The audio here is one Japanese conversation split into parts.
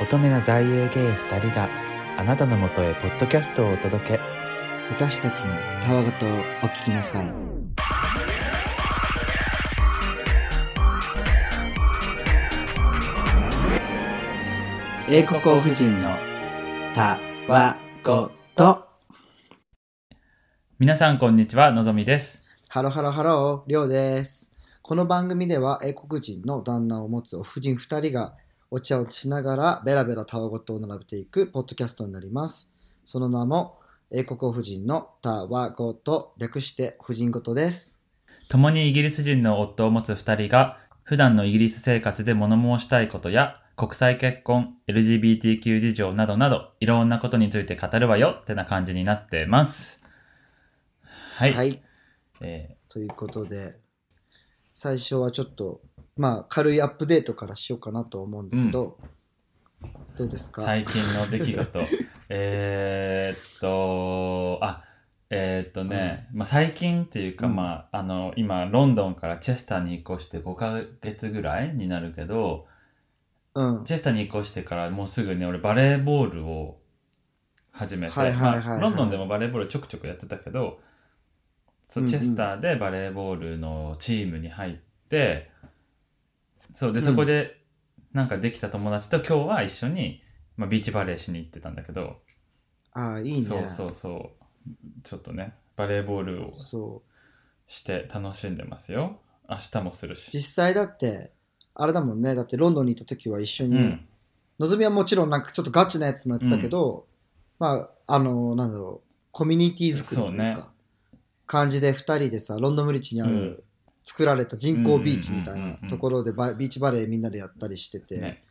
乙女な在英ゲイ2人があなたのもとへポッドキャストをお届け私たちのたわごとをお聞きなさい英国王夫人のたわごと皆さんこんにちはのぞみですハロハロハローりょうですこの番組では英国人の旦那を持つお婦人2人がお茶をしながらベラベラたわごとを並べていくポッドキャストになりますその名も英国王夫人のたわごと略して夫人ごとです共にイギリス人の夫を持つ2人が普段のイギリス生活で物申したいことや国際結婚 LGBTQ 事情などなどいろんなことについて語るわよってな感じになってますはい、はいえということで最初はちょっとまあ軽いアップデートからしようかなと思うんだけど、どうですーか最近の出来 事えーっとあえーっとね、まあ、最近っていうか、うんまあ、あの今ロンドンからチェスターに移行して5ヶ月ぐらいになるけど、うんチェスターに移行してからもうすぐね俺バレーボールを始めてはいはいはいはいまあロンドンでもバレーボールちょくちょくやってたけどそううんうんチェスターでバレーボールのチームに入って、そうでうんそこでなんかできた友達と今日は一緒に、まあ、ビーチバレーしに行ってたんだけどああいいねそうそうそうちょっとねバレーボールをそうして楽しんでますよ明日もするし、実際だってあれだもんねだってロンドンに行った時は一緒うに、ん、のぞみはもちろんなんかちょっとガチなやつもやってたけど、まああのなんだろうコミュニティ作りというかそうね感じで2人でさロンドンブリッジにある、うん作られた人工ビーチみたいうんうんうなんうんところでバビーチバレーみんなでやったりしててね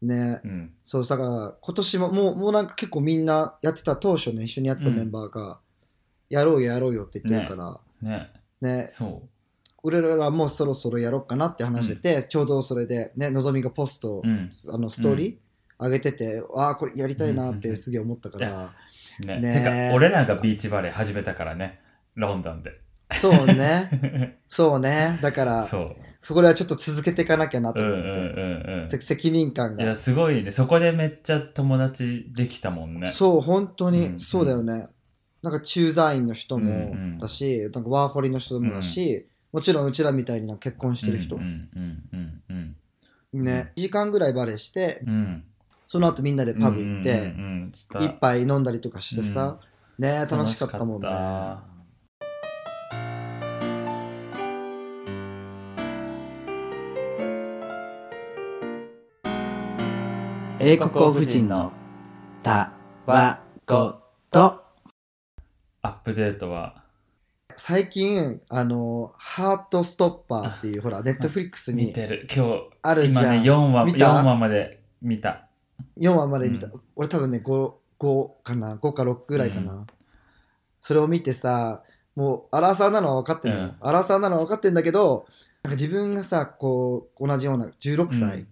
ねうんそう、だから今年も、もう、もうなんか結構みんなやってた当初ね、一緒にやってたメンバーが、やろうよやろうよって言ってるから、ねね、そ俺らもそろそろやろうかなって話してて、ちょうどそれで、ね、のぞみがポスト、ううんあの、ストーリー上げてて、ああ、これやりたいなってすげえ思ったから、ねねてか俺らがビーチバレー始めたからねロンドンでそうね、そうね、だから、そそうこらはちょっと続けていかなきゃなとうんうん思うって、んうんせ責任感いやが。すごいねそこでめっちゃ友達できたもんねそう、本当に、うんうんそうだよね。なんか駐在員の人うんもうんだし、なんかワーホリの人もだし、もちろんうちらみたいになんか結婚してる人、うんうんうんうんね、1時間ぐらいバレーして、うんその後みんなでうんパブ行って、うんうんうんした一杯飲んだりとかしてさ、ね楽しかったもんね。楽しかっ英国王夫人のたわごと。アップデートは最近、あの、ハートストッパーっていう、ほら、ネットフリックス見にてる今あ日るじ今ゃねん。 4話見た4話まで見た4話まで見た、うん俺多分ね 5, 5かな5か6ぐらいかな、それを見てさもうアラサーなのは分かってんのよ、うんアラサーなのは分かってんだけどなんか自分がさこう同じような16う歳ん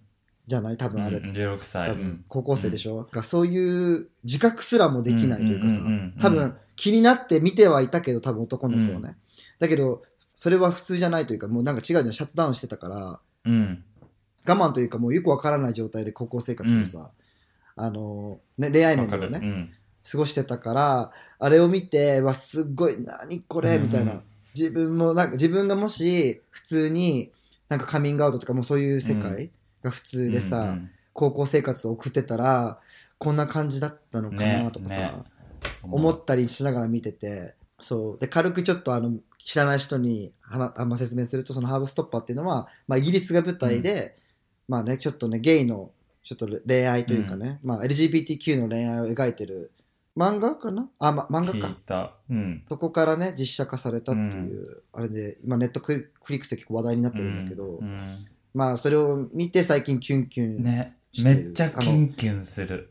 じゃない多分あれ、うん16歳多うん分高校生でしょ、がそういう自覚すらもできないというかさ、うんうんうんうん多分気になって見てはいたけど多分男の子はね、うんだけどそれは普通じゃないというかもうなんか違うじゃんシャットダウンしてたからうん我慢というかもうよくわからない状態で高校生活をさ、あのね、恋愛面わでかもね、るうん過ごしてたからあれを見てわすっごい何これうんみたいな、自分もなんか自分がもし普通になんかカミングアウトとかもうそういう世界が普通でさ、うん高校生活を送ってたらこんな感じだったのかなとかさ、ねねうん思ったりしながら見ててそうで軽くちょっとあの知らない人に話あんま説明するとそのハードストッパーっていうのは、まあ、イギリスが舞台で、まあねちょっとねゲイのちょっと恋愛というかね、まあ、LGBTQ の恋愛を描いてる漫画かなあ、ま、漫画聞いかたうんそこからね実写化されたっていう、あれで今ネットクリックスで結構話題になってるんだけど、うんうんまあそれを見て最近キュンキュン、ねしてめるっちゃキュンキュンする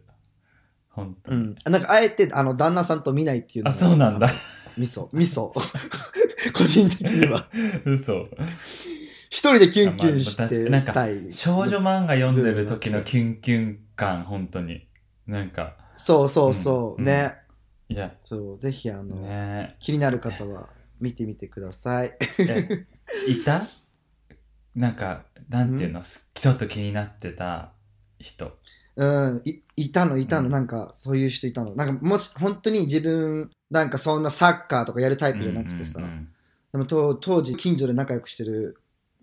本当うに、ん、なんかあえてあの旦那さんと見ないっていうのあがそうなんだあのミソミソ 個人的には嘘一人でキュンキュンしてまあ確たかい。少女漫画読んでる時のキュンキュン感本当になんかそうそうそう、うんね。いやそう、ぜひ、あの、ね気になる方は見てみてください。えいたなんかなんていうのすちょっと気になってた人うん、いいたのいたの、うんなんかそういう人いたのなんかもし本当に自分なんかそんなサッカーとかやるタイプじゃなくてさ、うんでもと当時近所で仲良くしてる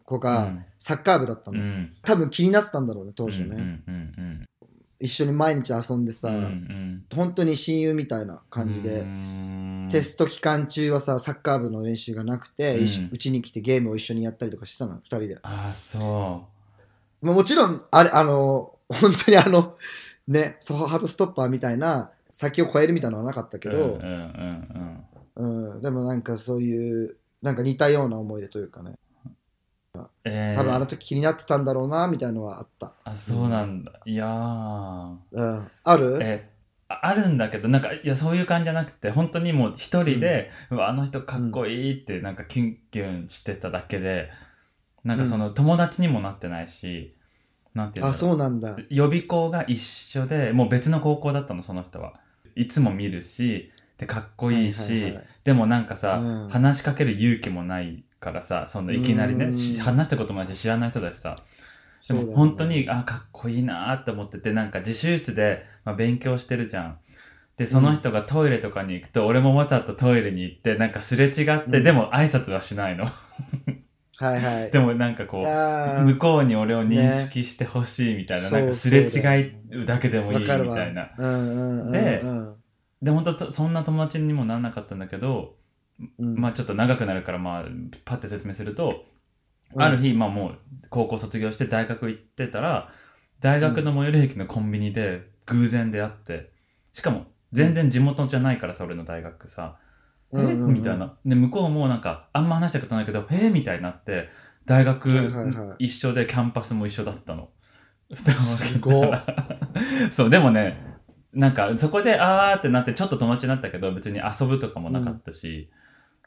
子が、サッカー部だったうんうの、ん多分気になってたんだろうね当初ね、うんうんうんうん一緒に毎日遊んでさ、うんうん本当に親友みたいな感じで、うんテスト期間中はさサッカー部の練習がなくてうん一緒うち、に来てゲームを一緒にやったりとかしてたの2人で、ああそまあ、もちろんあれあの 本当にあのねソファハートストッパーみたいな先を越えるみたいなのはなかったうけどうんうん、うんうんでもなんかそういうなんか似たような思い出というかねえー多分あの時気になってたんだろうなみたいのはあった、あそうなんだいやーうん、あるえああるんだけどなんかいやそういう感じじゃなくて本当にもう一人で、うわあの人かっこいいってなんかキュンキュンしてただけでなんかその友達にもなってないし、なんていうんあだろうそうなんだ予備校が一緒でもう別の高校だったのその人はいつも見るしでかっこいいし、はいはいはいでもなんかさ、うん話しかける勇気もないからさそんないきなりうんねし話したこともないし知らない人だしさでそうだよもね本当に、あかっこいいなーって思っててなんか自習室で、まあ、勉強してるじゃん。でその人がトイレとかに行くと、俺もわざとトイレに行ってなんかすれ違って、うんでも挨拶はしないの はいはいでもなんかこうあ向こうに俺を認識してほしいみたいねな、なんかすれ違いだけでもいい分みかるわたいなうんうんうんうんでで本当とそんな友達にもなんなかったんだけど、うんまあちょっと長くなるからまあパッて説明すると、ある日まあもう高校卒業して大学行ってたら大学の最寄り駅のコンビニで偶然出会ってしかも全然地元じゃないからさ俺の大学さ、うんうんうんえみたいなで向こうもなんかあんま話したことないけどえみたいになって大学はいはいはい一緒でキャンパスも一緒だったの蓋をす開ごけたっら そうでもねなんかそこであーってなってちょっと友達になったけど別に遊ぶとかもなかったし、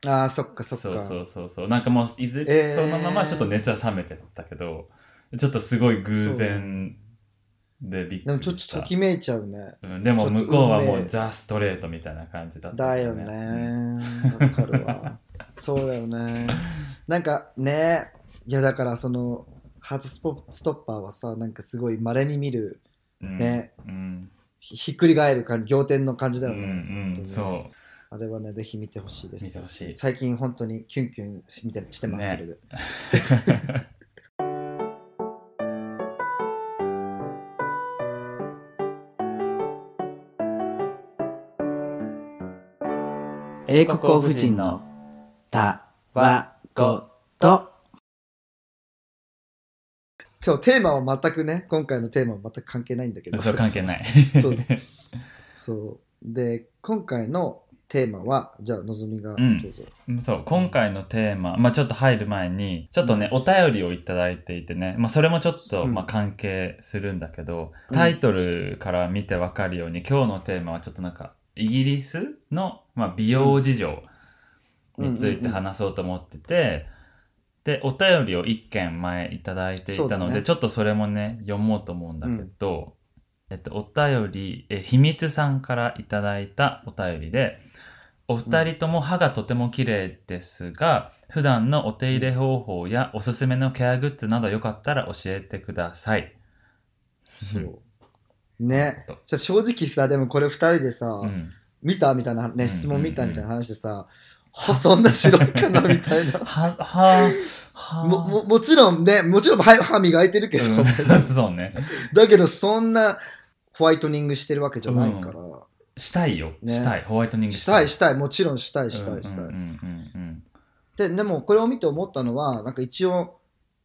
あーそっかそっかそうそうそうそうなんかもういず、えーそのままちょっと熱は冷めてたけどちょっとすごい偶然でびっくりしたでもちょっとときめいちゃうねうんでもちょっと向こうは運も命うザ・ストレートみたいな感じだっただよねわかる わそうだよねなんかねいやだからそのハートスポストッパーはさなんかすごいまれに見るうんねうんひひっくり返る感じ仰天の感じだよね、うんうん本当にそあれはねぜひ見てほしいでう見てすほしい最近本当にキュンキュンし見てしてます、ねそ れで英国王夫人のたわごとそうテーマは全くね今回のテーマは全く関係ないんだけど そう関係ないいそうそうで今回のテーマはじゃあのぞみがうんどうぞ、うんそう今回のテーマ、まあ、ちょっと入る前にちょっとねお便りをいただいていてね、まあ、それもちょっと、うんまあ、関係するんだけどうんタイトルから見てわかるように今日のテーマはちょっとなんかイギリスの、まあ、美容事情について話そうと思ってて、でお便りを1件前いただいていそたのうで、だねちょっとそれもね読もうと思うんだけど、えっと、お便りえ秘密さんからいただいたお便りでお二人とも歯がとても綺麗ですが、普段のお手入れ方法やおすすめのケアグッズなどよかったら教えてください。そうねじゃあ正直さでもこれ2人でさ、うん、見たみたいなうんね質問見たみたいな話でさ、はそんな白いかなみたいな は、は、は、もももちろんねもちろん歯歯磨いてるけど、うん そうね。だけどそんなホワイトニングしてるわけじゃないから、したいよ。ねしたい。ホワイトニングしたいしたいもちろんしたいしたいしたい、うんうんうんででもこれを見て思ったのはなんか一応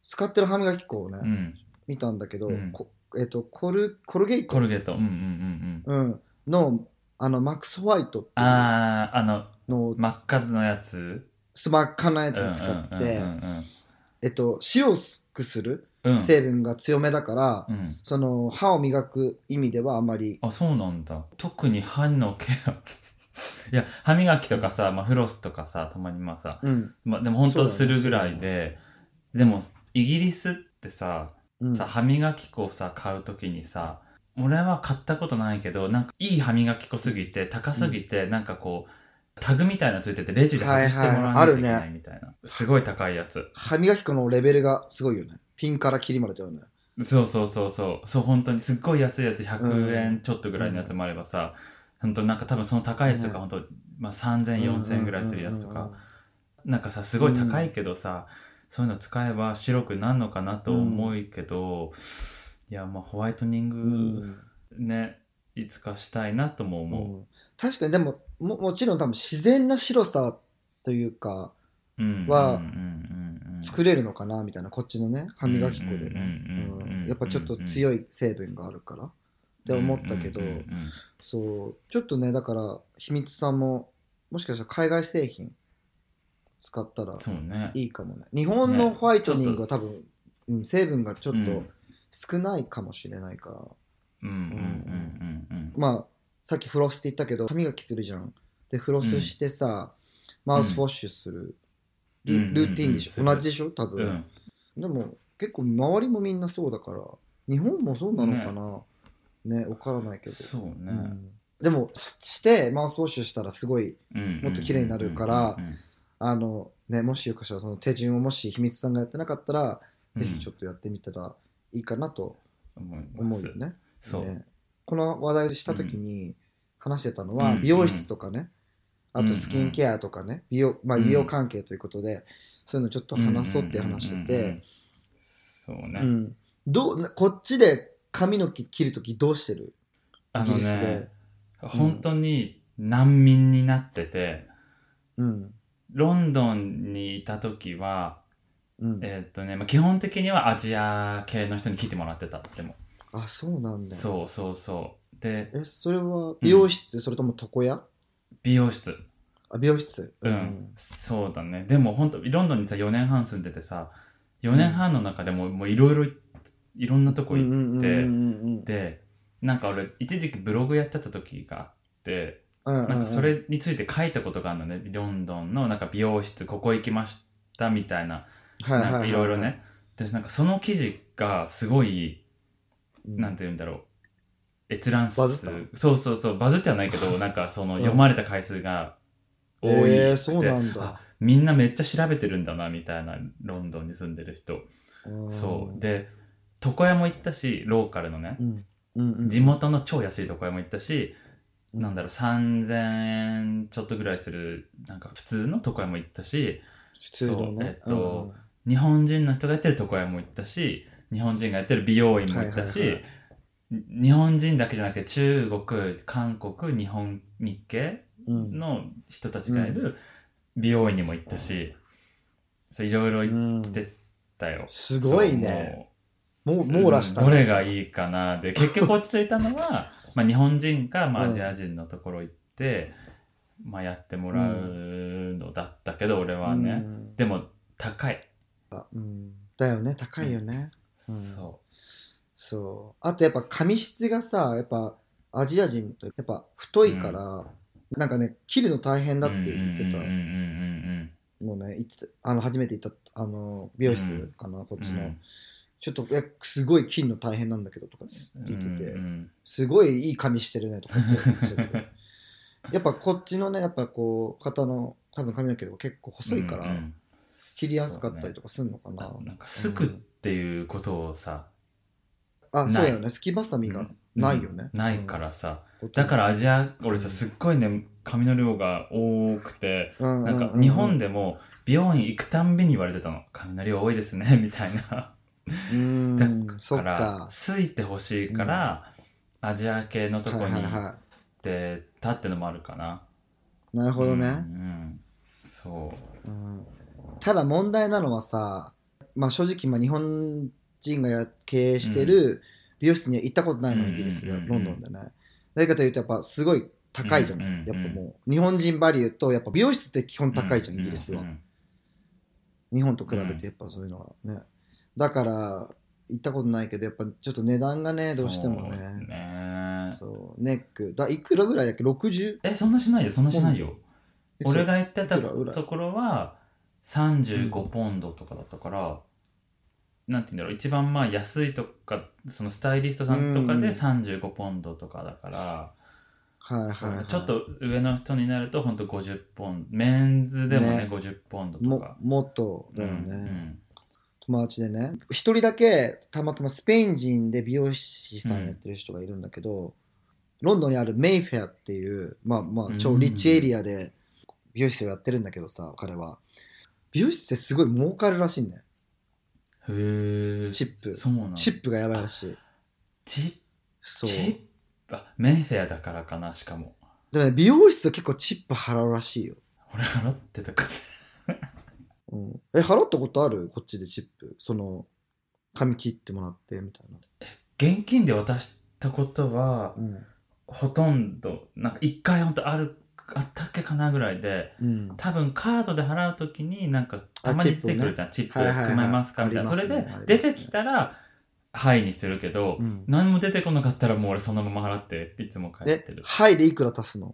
使ってる歯磨き粉をね、うんうん、見たんだけど、うんこえっとコルコルゲイト、コルゲート、うんうんうんうん、のあのマックスホワイトっていうん、うあああののを真っ赤のやつスマッカなやつ使ってて、うんえっと、白くするうんうんうん成分が強めだから、うん、その歯を磨く意味ではあまりあそうなんだ特に歯のケア いや歯磨きとかさ、まあ、フロスとかさたまにまあさ、うん、まあ、でも本そう当だねするぐらいで、でもイギリスってさうん、さ歯磨き粉をさ買う時にさ俺は買ったことないけどなんかいい歯磨き粉すぎて高すぎて、なんかこうタグみたいなついててレジで外してもらわなきゃいけないみたいな、すごい高いやつ歯磨き粉のレベルがすごいよねピンからキリまでだよねそうそうそうそうそう本当にすっごい安いやつうん100円ちょっとぐらいのやつもあればさ、本当なんか多分その高いやつとかね本当、まあ30004000円ぐらいするやつとか、なんかさすごい高いけどさ、そういうの使えば白くなるのかなと思うけど、いやまあホワイトニンうんうんうんグね、いつかしたいなとも思うん確かにでもももちろん多分自然な白さというかう、うん、はうんうんうん作れるのかなみたいなこっちのね歯磨き粉でねうんうんうんうんうんやっぱちょっと強い成分があるからって思ったけどうんうんうんうんそうちょっとねだから秘密さんももしかしたら海外製品使ったらそうねいいかもね日本のホワイトニングねは多分、うん、成分がちょっうとん少ないかもしれないから、うんうんうんうんうんまあさっきフロスって言ったけど歯磨きするじゃんでフロスしてさ、マウスウォッシュする、ルうんルーティンでしょ、うんうんうん同じでしょ多う分、んでも結構周りもみんなそうだから日本もそうなのかなねわからないけど、そううねん、でもししてマウスウォッシュしたらすごいももっと綺麗になるからあのねもしよかしたらその手順をもし秘密さんがやってなかったら、ぜひちょっっとやってみたらいいかなとと思いま思すうよね。そう、ねこの話題をした時に話してたのは、うん美容室とかね、うんあとスキンケアとかね、美容まあ、うん美容関係ということで、そういうのちょっと話そうって話してうんうんうんうんて、そううね、んどうこっちで髪の毛切る時どうしてるあイギのリスでね、本当に難民になってて、うんロンドンにいた時は、うん、えーっとね、まあ、基本的にはアジア系の人に聞いてもらってたでも、あそうなんだそうそうそうでえそれは美容室、それとも床屋美容室あ美容室うん、そうだねでも本当ロンドンにさ4年半住んでてさ4年半の中でももういろいろいろんなとこうんうんうんう行っんてうんて、なんか俺一時期ブログやってた時があってうんなんかそれについて書いたことがあるのね、ロンドンのなんか美容室ここ行きましたみたいなはいなんかいろいろねでなんかその記事がすごいなんて言うんだろう閲覧数バズっそうそうそうバズっては ないけどなんかそのうん読まれた回数が多いくて、えーそうなんだあみんなめっちゃ調べてるんだなみたいなロンドンに住んでる人、そうで床屋も行ったしローカルのね、うんうんうん地元の超安い床屋も行ったし、なんだろう3000円ちょっとぐらいするなんか普通の床屋も行ったし普通のそうねえっと日本人の人がやってる床屋も行ったし日本人がやってる美容院も行ったし、はいはいはに日本人だけじゃなくて中国韓国日本日系うんうんの人たちがいる美容院にも行ったし、そういろいろ行っうんてたよ。すごいねもう網羅したうんどれねがいいかな で結局落ち着いたのはまあ日本人か、まうあ、んアジア人のところ行って、まあ、やってもらうのだったけど、俺はね、うんでも高い、うんだよね高いよねうんそそうあとやっぱ髪質がさやっぱアジア人とやっぱ太いからなんかね切るの大変うだって言ってたうんうんうんうんもうね行ってあの初めて行ったあの美容室かなこっちうのんちょっといやすごい切るの大変なんだけどとかうん言っててうんうんすごいいい髪してるねとか言ってすごいやっぱこっちのねやっぱこう方の多分髪の毛とか結構細いから、うんうん切りやすかったりとかするのかそうねな、あとなんかすくっていうことをさ、あそうだよね隙間さみがないよね、うんないからさ、うんだからアジア俺うさんすっごいね髪の量が多くて、うんなんか日本ででも美容院行くたんびに言われてたの髪の量多いですねみたいなうんだそっからかすいてほしいから、アジア系のとこはいはにい行っはてたってのもあるかな、いなるほどねう、んうんそうんただ問題なのはさ、まあ、正直まあ日本人がや経営してる美容室には行ったことないのうんイギリスでうんロンドンでね誰かというとやっぱすごい高いじゃない、うんやっぱもう日本人バリューとやっぱ美容室って基本う高いじゃん、うイギリスは、うん日本と比べてやっぱそういうのはね、だから行ったことないけどやっぱちょっと値段がねどうしてもそうねねそうネックだいくらぐらいだっけ 60? えそんなしないよそんなしないよ俺がが行ってたいくらぐらいところは35ポンドとかだったから、なんて言うんだろう一番まあ安いとかそのスタイリストさんとかうんで35ポンドとかだから、はいそはい、はうい、ちょっと上の人になると本当50ポンドメンズでもねね50ポンドともかもっとだよね、うん友達でね一人だけたまたまスペイン人で美容師さんやってる人がいるんだけど、ロンドンにあるメイフェアっていうまあまあ超リッチエリアで美容室をやってるんだけどさ彼は美容室ってすごい儲かるらしいんだよへえ。チップそうなのチチップップがやばいらしいチそうップあメンフェアだからかな、しかも。でもね美容室は結構チップ払うらしいよ、俺払ってたから。うん、え払ったことあるこっちでチップその髪切ってもらってみたいな、現金で渡したことは、うんほとんど、なんか一回ほんとある、あったっけかなぐらいで、うん、多分カードで払うときになんかあたまに出てくるじゃんチップはいはいはい組めますかみたいな、ありそますれねでありますね出てきたら「はい」にするけど、うん何も出てこなかったらもう俺そのまま払っていつも帰っえてるはいでいくら足すの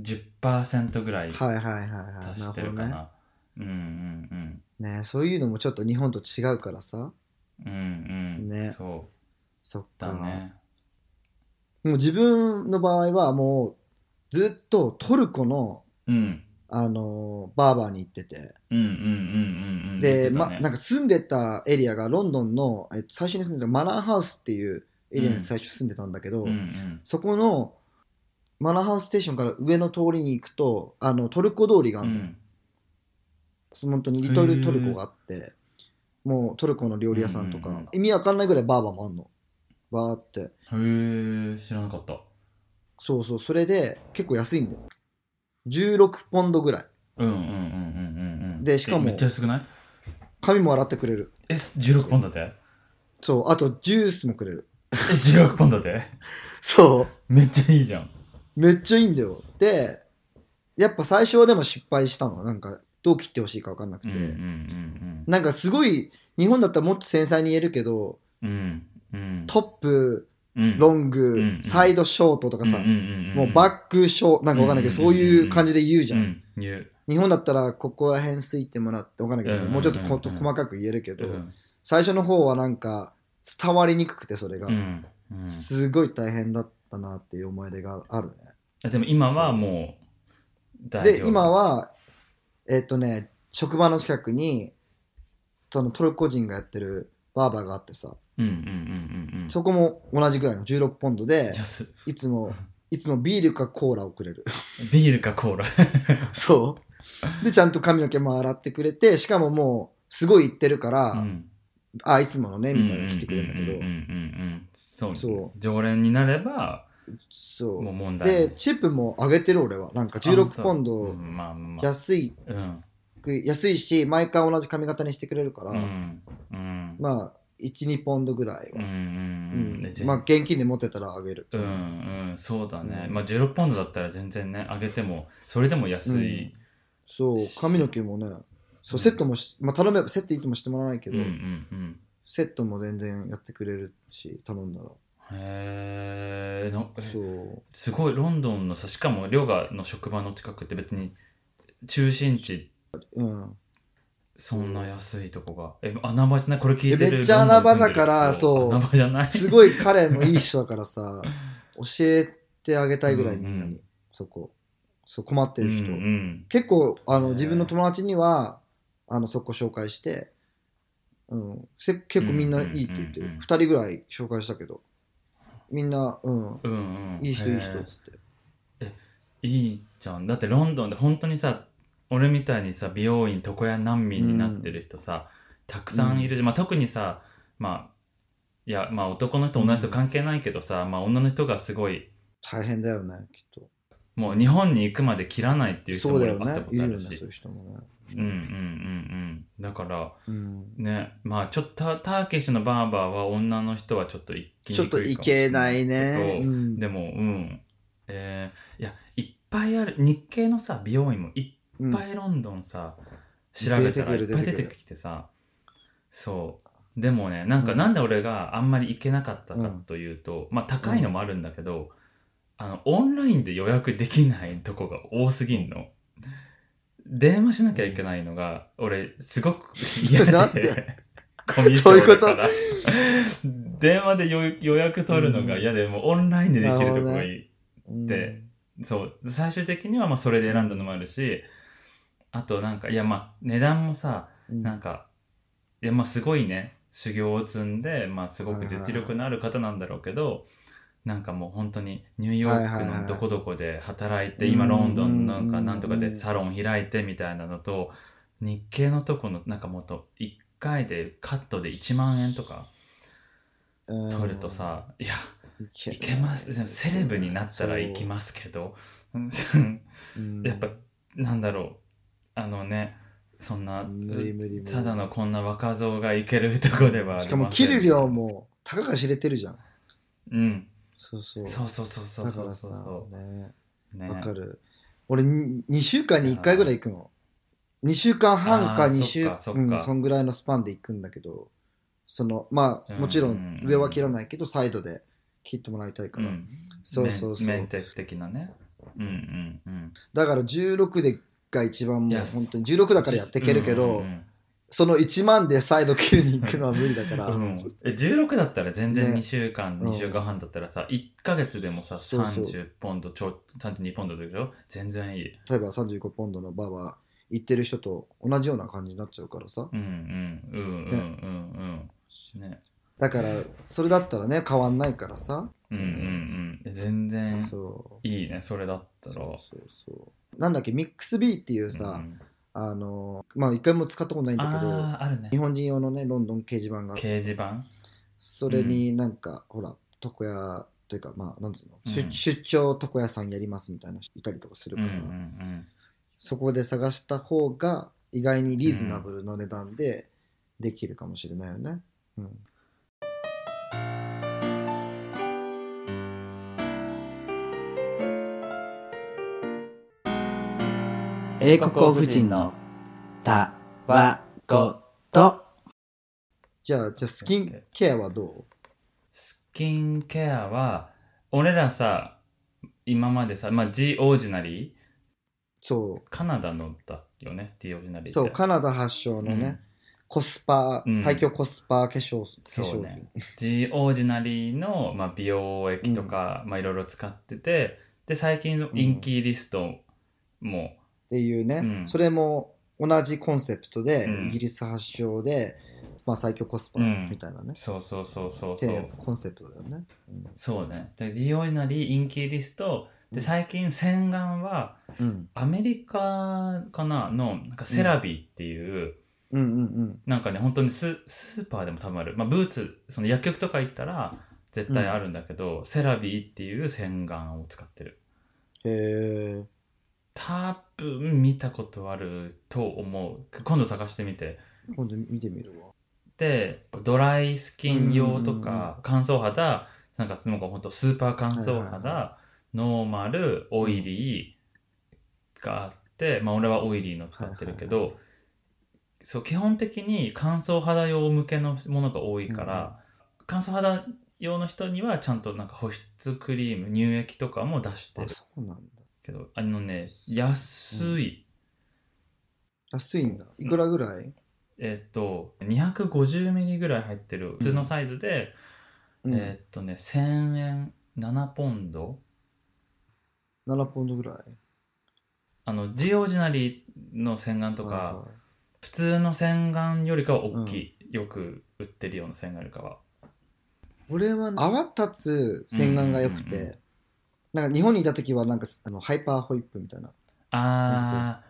10%ぐらい足はいはいはいはいなしてるるほかどなねうんうんねそういうのもちょっと日本と違うからさうんうんうんねそそっうかだ、ねもう自分の場合はもうずっとトルコのうんあのーバーバーに行っててうんうんうんうんうんで、言ま、ってたねなんか住んでたエリアがロンドンのえ最初に住んでたマナーハウスっていうエリアに最初住んでたんだけど、うんうんそこのマナーハウスステーションから上の通りに行くとあのトルコ通りがあうるの、んその本当にリトルトルコがあってもうトルコの料理屋さんとうんうんうかん意味わかんないぐらいバーバーもあんのバーってへえ知らなかったそうそうそれで結構安いんだよ16ポンドぐらいうんうんうんうんうんうんでしかもえめっちゃ安くない髪も洗ってくれるえ16ポンドでそうあとジュースもくれるえ16ポンドでそ めっちゃいいじゃん。うめっちゃいいんだよでやっぱ最初はでも失敗したのなんかどう切ってほしいかわかんなくて、うんなんかすごい日本だったらもっと繊細に言えるけどうんうんうん。トップうん、ロンンうんうグんサイドショートとかさ、もうッバックショーなんかわかんないけど、うんうんうんそういう感じで言うじじゃん、ん。言う。日本だったらここら辺すいてもらってわかんないけどさ、うんうんうんもうちょっとこと細かく言えるけど、最初の方はなんか伝わりにくくてそれが、うんうんすごい大変だったなっていう思い出があるねでも今はもう大で今、はえっとね職場の近くにそのトルコ人がやってるバーバーがあってさうんうんうんうんうん。そこも同じぐらいの16ポンドで安っいつもいつもビールかコーラをくれるビールかコーラ。そうでちゃんと髪の毛も洗ってくれてしかももうすごい行ってるから、うんあいつものねみたいなの来てくれるんだけど、ううんうんうんそう。そう常連になれば、そもうう問題ない。でチップも上げてる俺はなんかあ16そうポンドうんまあまあ。安いうん。安いし毎回同じ髪型にしてくれるから、うん。うん。まあ12ポンドぐらいうんうは、んうん。うんまあ現金で持ってたらあげる、うんうんそうだね、うんまあ16ポンドだったら全然ね上げてもそれでも安い、そう髪の毛もねそうセットもし、まあ、頼めばセットいつもしてもらわないけうん、ど、うんうんセットも全然やってくれるし頼んだらへえなえそうすごいロンドンのさしかもヨガの職場の近くって別に中心地うんそんな安いとこがえ穴場じゃないこれ聞いてえるめっちゃ穴場だからロンドンに住んでる人そう穴場じゃないすごい彼もいい人だからさ 教えてあげたいぐらいみんなに、うんうそこそう困ってる人、うんうん結構あへのー自分の友達にはあのそこ紹介して、うん、せ結構みんないいって言ってうんうんうるんうん2人ぐらい紹介したけどみんな、うん、うんうんいい人いいへ人っーつっていいじゃんだってロンドンで本当にさ俺みたいにさ美容院床屋難民になってる人さ、たくさんいるじゃん、まあ、特にさまあいやまあ男の人女の人関係ないけどさ、まあ、女の人がすごい大変だよねきっともう日本に行くまで切らないっていう人そうもだ会よねったこいとあるよるねしそういう人もねうんうんうんうんだからうんねまあちょっとタターキッシュのバーバーは女の人はちょっと行きにくいちょっといけないかもしれけねどうんでもうんえーいやいっぱいある日系のさ美容院もいっういっんぱいロンドンさ、調べたらい出てくるっぱい出出ててくるきてさそうでもねなんかうんなんで俺があんまり行けなかったかうんというと、まあ高いのもあるんだけど、あのオンラインで予約できないとこが多すぎんの電話しなきゃいけないのが俺すごく嫌なんででコミュどういう障こだとから 電話で予予約取るのが嫌で、もうオンラインでできるとこがいいでそう最終的にはまあそれで選んだのもあるしあとなんかいやまあ値段もさうんなんかいやまあすごいね修行を積んで、まあ、すごく実力のある方なんだろうけど、なんかもう本当にニューヨークのどこどこで働いて、はいはいはい今ロンドンのなんかうんなんとかでサロン開いてみたいなのと日系のとこのなんかもっと1回でカットで1万円とかうん取るとさ、いやい行けますでもセレブになったら行きますけどやっぱなんだろうあのねそんな無理無理無理ただのこんな若造が行けるとこではありませんしかも切る量もたかが知れてるじゃんうんそうそうそうそうそうそうだそかうらそさうそねうねわかる俺に2週間に1回ぐらい行くの2週間半かあー2週そっかそっかうん、そんぐらいのスパンで行くんだけどそのまあうんもちろん上は切らないけどサイドで切ってもらいたいかうら、んそうそうそうメンメンテ的なねうんうんうんだから16でが一番いもうや本当に16だからやっていけるけど、うんその1万でサイド切りに行くのは無理だから、 うんうんうんえ16だったら全然ね2週間、うん2週間半だったらさ1か月でもさそうそう30ポンドちょ32ポンドでしょ全然いい例えば35ポンドのバーは行ってる人と同じような感じになっちゃうからさうんうんうんうんうんうんねだからそれだったらね変わんないからさ、うんうんうん全然そういいねそれだったらそうそうそうなんだっけミックス B っていうさ、うんあのまあ一回も使ったことないんだけどあーあるね日本人用のねロンドン掲示板があって掲示板それになんか、ほら床屋というかまあなんつうの、うん出出張床屋さんやりますみたいな人いたりとかするうんかうんら、そこで探した方が意外にリーズナブルの値段でできるかもしれないよね、うん、英国王夫人のたわごとじゃあじゃあスキンケアはどうスキンケアは俺らさ今までさまあ G オージナリーそカナダのだよね G オージナリーうってそうカナダ発祥のね、うんコスパ、うん最強コスパ化粧化粧そ品うね G オージナリーの、まあ、美容液とか、まあいろいろ使っててで最近のインキーリストも、っていうね、うんそれも同じコンセプトで、うんイギリス発祥で、まあ、最強コスパうんみたいなね、そうそうそうそうテそーうマコンセプトだよね、そうねで G オージナリーインキーリストうでん最近洗顔はうん、アメリカかなのなんかセラビーっていう、うんうんうんなんかね本当にススーパーでもたまる、まあ、ブーツその薬局とか行ったら絶対あるんだけど、セラビーっていう洗顔を使ってるへえ多分見たことあると思う今度探してみて今度見てみるわでドライスキン用とうんうんか乾燥肌なんかなんか本当スーパー乾燥はい肌、はいノーマルオイリーがあって、まあ俺はオイリーの使ってるけど、そう基本的に乾燥肌用向けのものが多いから、乾燥肌用の人にはちゃんとなんか保湿クリーム乳液とかも出してあるそうなんだけどあのね安い、安いんだいくらぐらい、えっと 250ml ぐらい入ってる普通のサイズで、うんえっとね1000円7ポンド7ポンドぐらいあのジオージナリーの洗顔とはいかはい普通の洗顔よりかは大きい、よく売ってるような洗顔よりかは俺は泡立つ洗顔が良くて、うんうんうんうなんか日本にいた時はなんかあのハイパーホイップみたいなあ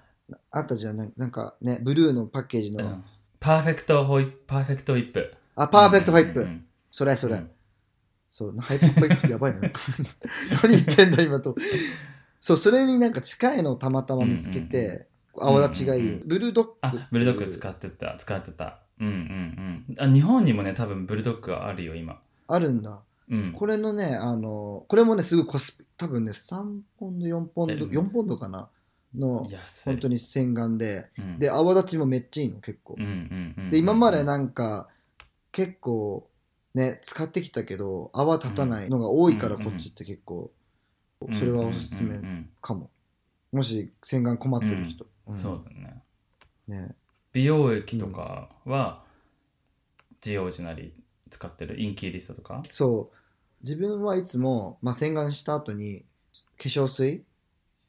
あったじゃんなんなんかねブルーのパッケージー、の、うんパーフェクトホイパーフェクトウィップあパーフェクトホイップ、うんうんうんそれそれ、うんそう、ハイパーホイップってやばいな。 何言ってんだ今と。そう、それになんか近いのをたまたま見つけて、んうん泡立ちがいい。ブルードッグっていう。あブルドッグ使ってた使ってたうんうんうんあ日本にもね多分ブルドッグはあるよ今あるんだ。うんこれのね、あの、これもね、すぐコス多分ね、3ポンド、4ポンド、え4ポンドかなの、安い本当に洗顔で。うんで、泡立ちもめっちゃいいの、結構うん。うんうんうんで、今までなんか、結構、ね、使ってきたけど、泡立たないのが多いから、うんこっちって結構、それはおすすめうんうんうんかも。もし洗顔困ってる人。うんんそうだねね。美容液とかは、ジオージナリー使ってるインキーリストとかそう。自分はいつも、まあ、洗顔した後に化粧水化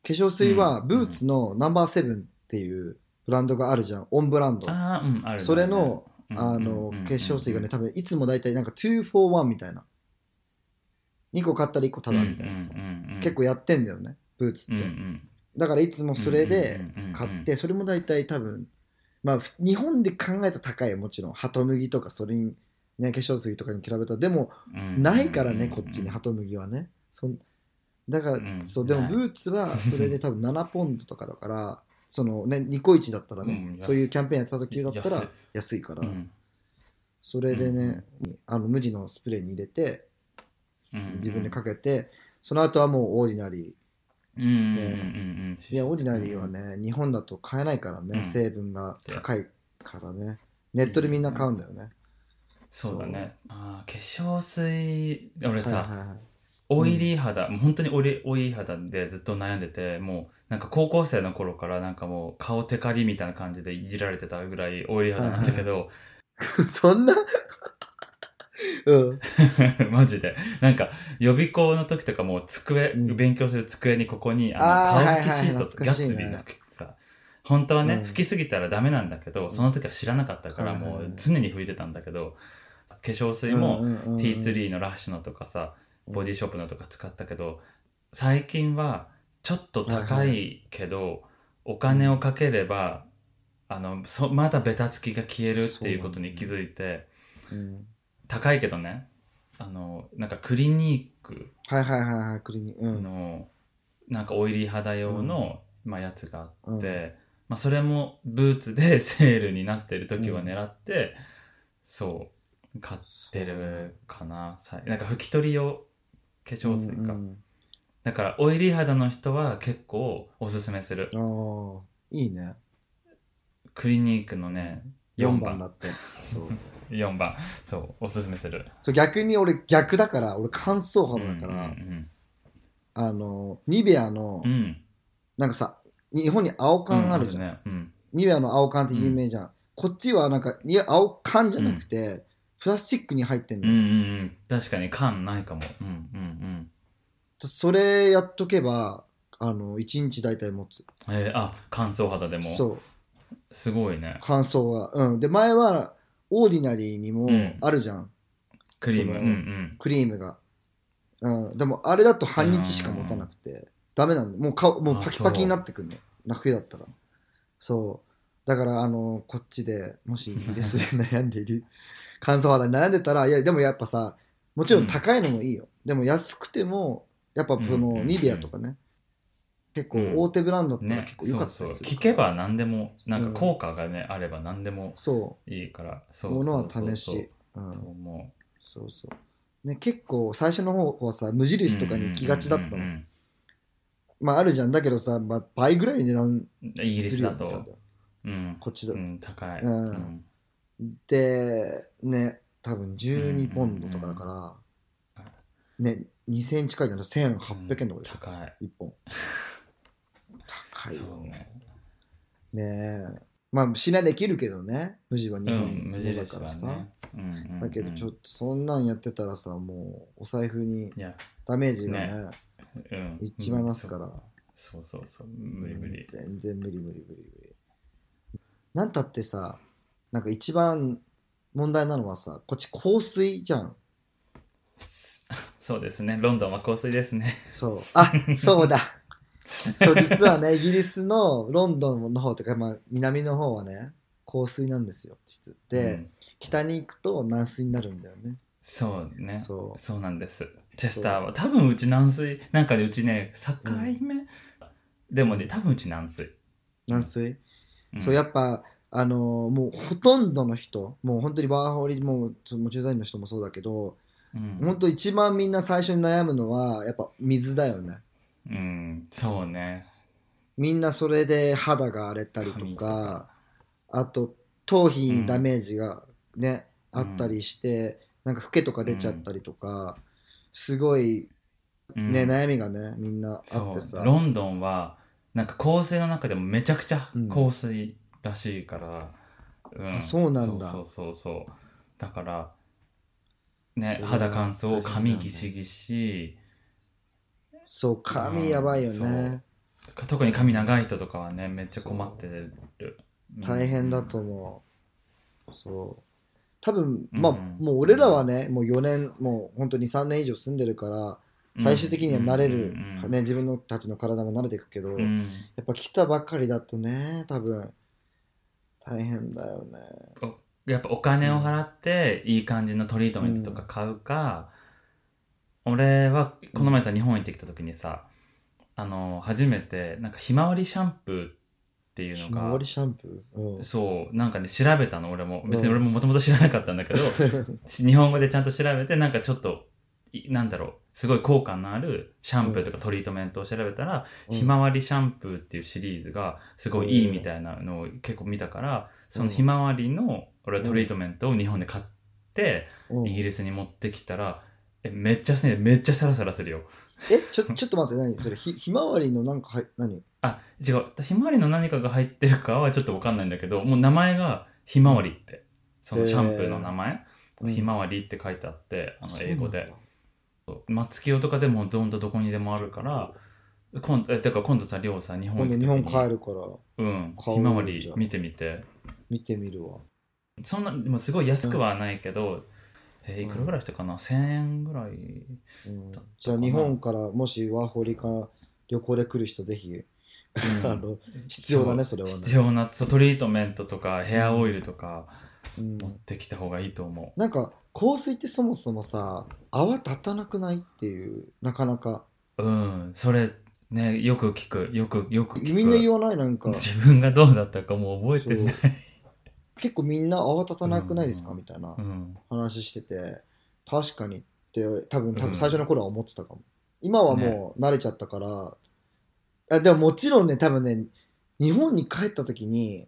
粧水はうんブーツのナンバーセブンっていうブランドがあるじゃん。オンブランド。ああうんあるねそれのあの化粧水がね多分いつも大体なんか241みたいな2個買ったら1個ただみたいなさ結構やってんだよねブーツって、だからいつもそれで買ってそれも大体多分まあふ日本で考えたら高いよもちろんハトムギとかそれに、ね、化粧水とかに比べたらでもないからねこっちにハトムギはねそんだから、うんそうでもないブーツはそ れで多分7ポンドとかだからそのねニコイチだったらね、うんそういうキャンペーンやってた時だった安らい安いから、うんそれでね、あの無地のスプレーに入れてうん自分でかけて、その後はもうオーディナリうんうんうんねうんーいやオーディナリーはね、日本だと買えないからね、うん成分が高いからねネットでみんな買うんだよね、そうだねあー化粧水俺さ、はいはいはいオイリー肌、もう本当にオイリオイリー肌でずっと悩んでてもうなんか高校生の頃からなんかもう顔テカリみたいな感じでいじられてたぐらいオイリー肌なんだけど、 そんなうん、 マジでなんか予備校の時とかもう机、うん勉強する机にここにああーの顔拭きシーはいはいト懐とかガしいねッツビーのさ本当はね、うん拭きすぎたらダメなんだけどその時は知らなかったからはいはいはもいう常に拭いてたんだけど化粧水も、うんうんうん T3 のラッシュのとかさボディショップのとか使ったけど最近はちょっと高いけどお金をかければあのそまだベタつきが消えるっていうことに気づいてうん高いけどねあのなんかクリニークはいはいはいはいクリニうんのなんかオイリー肌用のまあやつがあってまあそれもブーツで セールになってる時は狙ってそう買ってるかなさなんか拭き取り用化粧水か、うんだからオイリー肌の人は結構おすすめするうんああいいねクリニークのね4 4番番だ ってそう4番そうおすすめするそう逆に俺逆だから俺乾燥肌だから、うんあのニベアの、うんうん、うんなんかさ日本に青缶あるじゃん、うねうんニベアの青缶って有名じゃん、こっちはなんかいや青缶じゃなくて、プラスチックに入ってんうの、んうんうん確かに缶ないかもうんうんそれやっとけばあの1日大体持つうんえー、あ乾燥肌でもそうすごいね乾燥はうんで前はオーディナリーにもうんあるじゃん、クリームそのうんうんクリームが、うん、でもあれだと半日しか持たなくてダメなんでもう顔もうパキパキになってくるのな冬だったらそうだからあのこっちでもしイギリス で悩んでいる乾燥肌に悩んでたらいやでもやっぱさもちろん高いのもいいよ、でも安くてもやっぱこうんうんうのんニベアとかね、結構大手ブランドだったらね結構そ良かうったそうりする聞けば何でもそうなんか効果がねあれば何でもそいいからそううそもうのはそうそう試しうとん思うそうそうね結構最初の方はさ無印とかに行きがちだったの、うんうんまああるじゃんだけどさ、まあ、倍ぐらい値段うんイギリすスるよだね多と分うんこっちだう、ん高いうんうんでね多分12ポンドとかだから、ね2000円近いから1800円とかでしょ、高い1本 高いそようねねえまあしないできるけどね無地は日う本んの無だ印かはらさ、ねうんうんうんだけどちょっとそんなんやってたらさもうお財布にいやダメージがねうんいっちまいますから、そうそうそう無理無理 全然無理無理無理無理なんたってさなんか一番問題なのはさこっち香水じゃんそうですねロンドンは香水ですねそうあそうだそう実は ねイギリスのロンドンの方とか、まあ、南の方はね香水なんですよ実で、うん北に行くと軟水になるんだよねそうねそうそうなんですチェスターは多分うち軟水なんかでうちね境目、でもね多分うち軟水、軟水、んそうやっぱあのーもうほとんどの人もう本当にバーホリもその駐在員の人もそうだけどうん本当一番みんな最初に悩むのはやっぱ水だよねうんそうねみんなそれで肌が荒れたりと髪とかかあと頭皮にダメージがね、あったりしてなんかフケとか出ちゃったりとか、すごいね、うん悩みがねみんなあってそさうロンドンはなんか香水の中でもめちゃくちゃうん香水らしいから、うんあそうなんだそうそうそうそうだからねそれは肌乾大燥変だね髪ギシギシそう髪やばいよね、特に髪長い人とかはねめっちゃ困ってる、うん大変だと思う、そう多分まあ、うんもう俺らはねもう4年もう本当に3年以上住んでるから最終的には慣れる、うんね、自分のたちの体も慣れていくけど、うんうんやっぱ来たばっかりだとね多分大変だよねやっぱお金を払っていい感じのトリートメントとか買うか、俺はこの前さ日本行ってきた時にさあの初めてなんかひまわりシャンプーっていうひのまがわりシャンプー、うん、そうなんかね調べたの俺も別にうん俺ももともと知らなかった んだけどし日本語でちゃんと調べてなんかちょっといなんだろうすごい効果のあるシャンプーとかトリートメントを調べたら、ひまわりシャンプーっていうシリーズがすごいいいみたいなのを結構見たから、そのひまわりの俺はトリートメントを日本で買って、うんイギえリスに持ってきたらえめっちゃすねめっちゃサラサラするよちょちょっと待って何それひひまわりのなんかはい何あ違うひまわりの何かが入ってるかはちょっと分かんないんだけどもう名前がひまわりってそのシャンプーの名前、うんひまわりって書いてあってあの英語でそう松清とかでもどんどんどこにでもあるから今度えだから今度さりょうさ日本なんだ行今度日本帰るるからうん買おうひまわりじゃあ見てみて見てみるわそんなでもすごい安くはないけど、えーいくらぐらいしたかな、1000円ぐらいうんだったかなじゃあ日本からもしワーホリか旅行で来る人ぜひ、うんあの 必要だねそれはね必要なそうトリートメントとかヘアオイルとかうん持ってきた方がいいと思う、なんか香水ってそもそもさ泡立たなくないっていうなかなかうん、それね、よく聞く、よく、よく聞く。みんな言わないなんか自分がどうだったかもう覚えてない。そう結構みんな泡立たなくないですか、うんみたいなうん、話してて確かにって多分多うん分最初の頃は思ってたかも、今はもう慣れちゃったから、あでももちろんね多分ね日本に帰った時に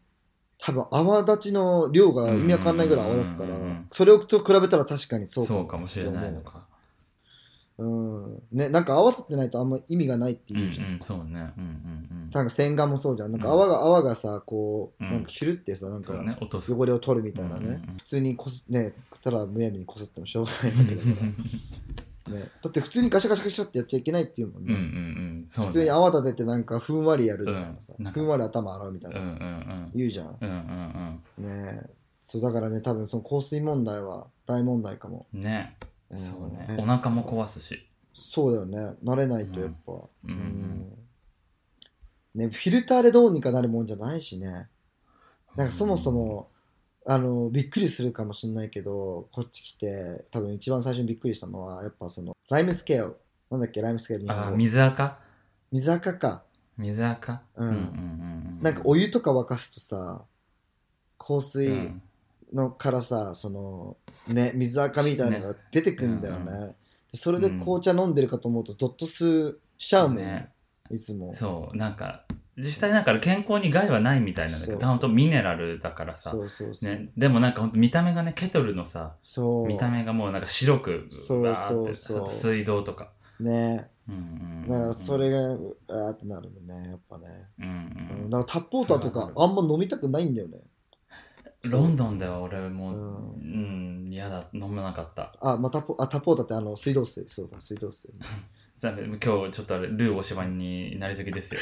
多分泡立ちの量が意味わかんないぐらい泡立つから、うんうんうんうんそれと比べたら確かにそそううかもかもしれないのか。うんね、なんか泡立ってないとあんま意味がないってうんういうじゃん、ん、そうね。うんうんなんか洗顔もそうじゃんなんか泡が、泡がさこううんなんかひるってさなうんん。そかうね、落と す。汚れを取るみたいなね、うんうんうん普通にこすねたらむやみにこすってもしょうがないわけだからね、だって普通にガシャガシャガシャってやっちゃいけないっていうもんうんうね、んうん。そうね普通に泡立ててなんかふんわりやるみたいなさ、うんなんかふんわり頭洗うみたういんな、うんうん。言うじゃんうんうんねそうだからね多分その香水問題は大問題かも、うん。ね、うんそうね。お腹も壊すし。そうだよね慣れないとやっぱ、うんうんねフィルターでどうにかなるもんじゃないしねなんかそもそも、あのびっくりするかもしれないけどこっち来て多分一番最初にびっくりしたのはやっぱそのライムスケールなんだっけライムスケールう日ん。あ本ー、語水垢水垢か水垢うんうんうんうなんかお湯とか沸かすとさ香水のからさ、そのね水垢みたいなのが出てくんだよねねでそれで紅茶飲んでるかと思うとゾッとすしちゃうもん、ね。いつもそう、なんか、実際なんか健康に害はないみたいなんだけそうど、そう本当ミネラルだからさそ。うそうそう、ね、でもなんかほんと見た目がねケトルのさそう見た目がもうなんか白くそうわーってそうそう水道とか、ねうんうんうんだからそ、れがうわーってなるもんねやっぱね、うんううんん、だからタッポーターとかあんま飲みたくないんだよねそうロンドンでは俺もううんうん嫌、だ飲めなかったあ、まあ、タポあタッポーターってあの水道水そうだ水道水さ今日ちょっとあれルーお芝居になりすぎです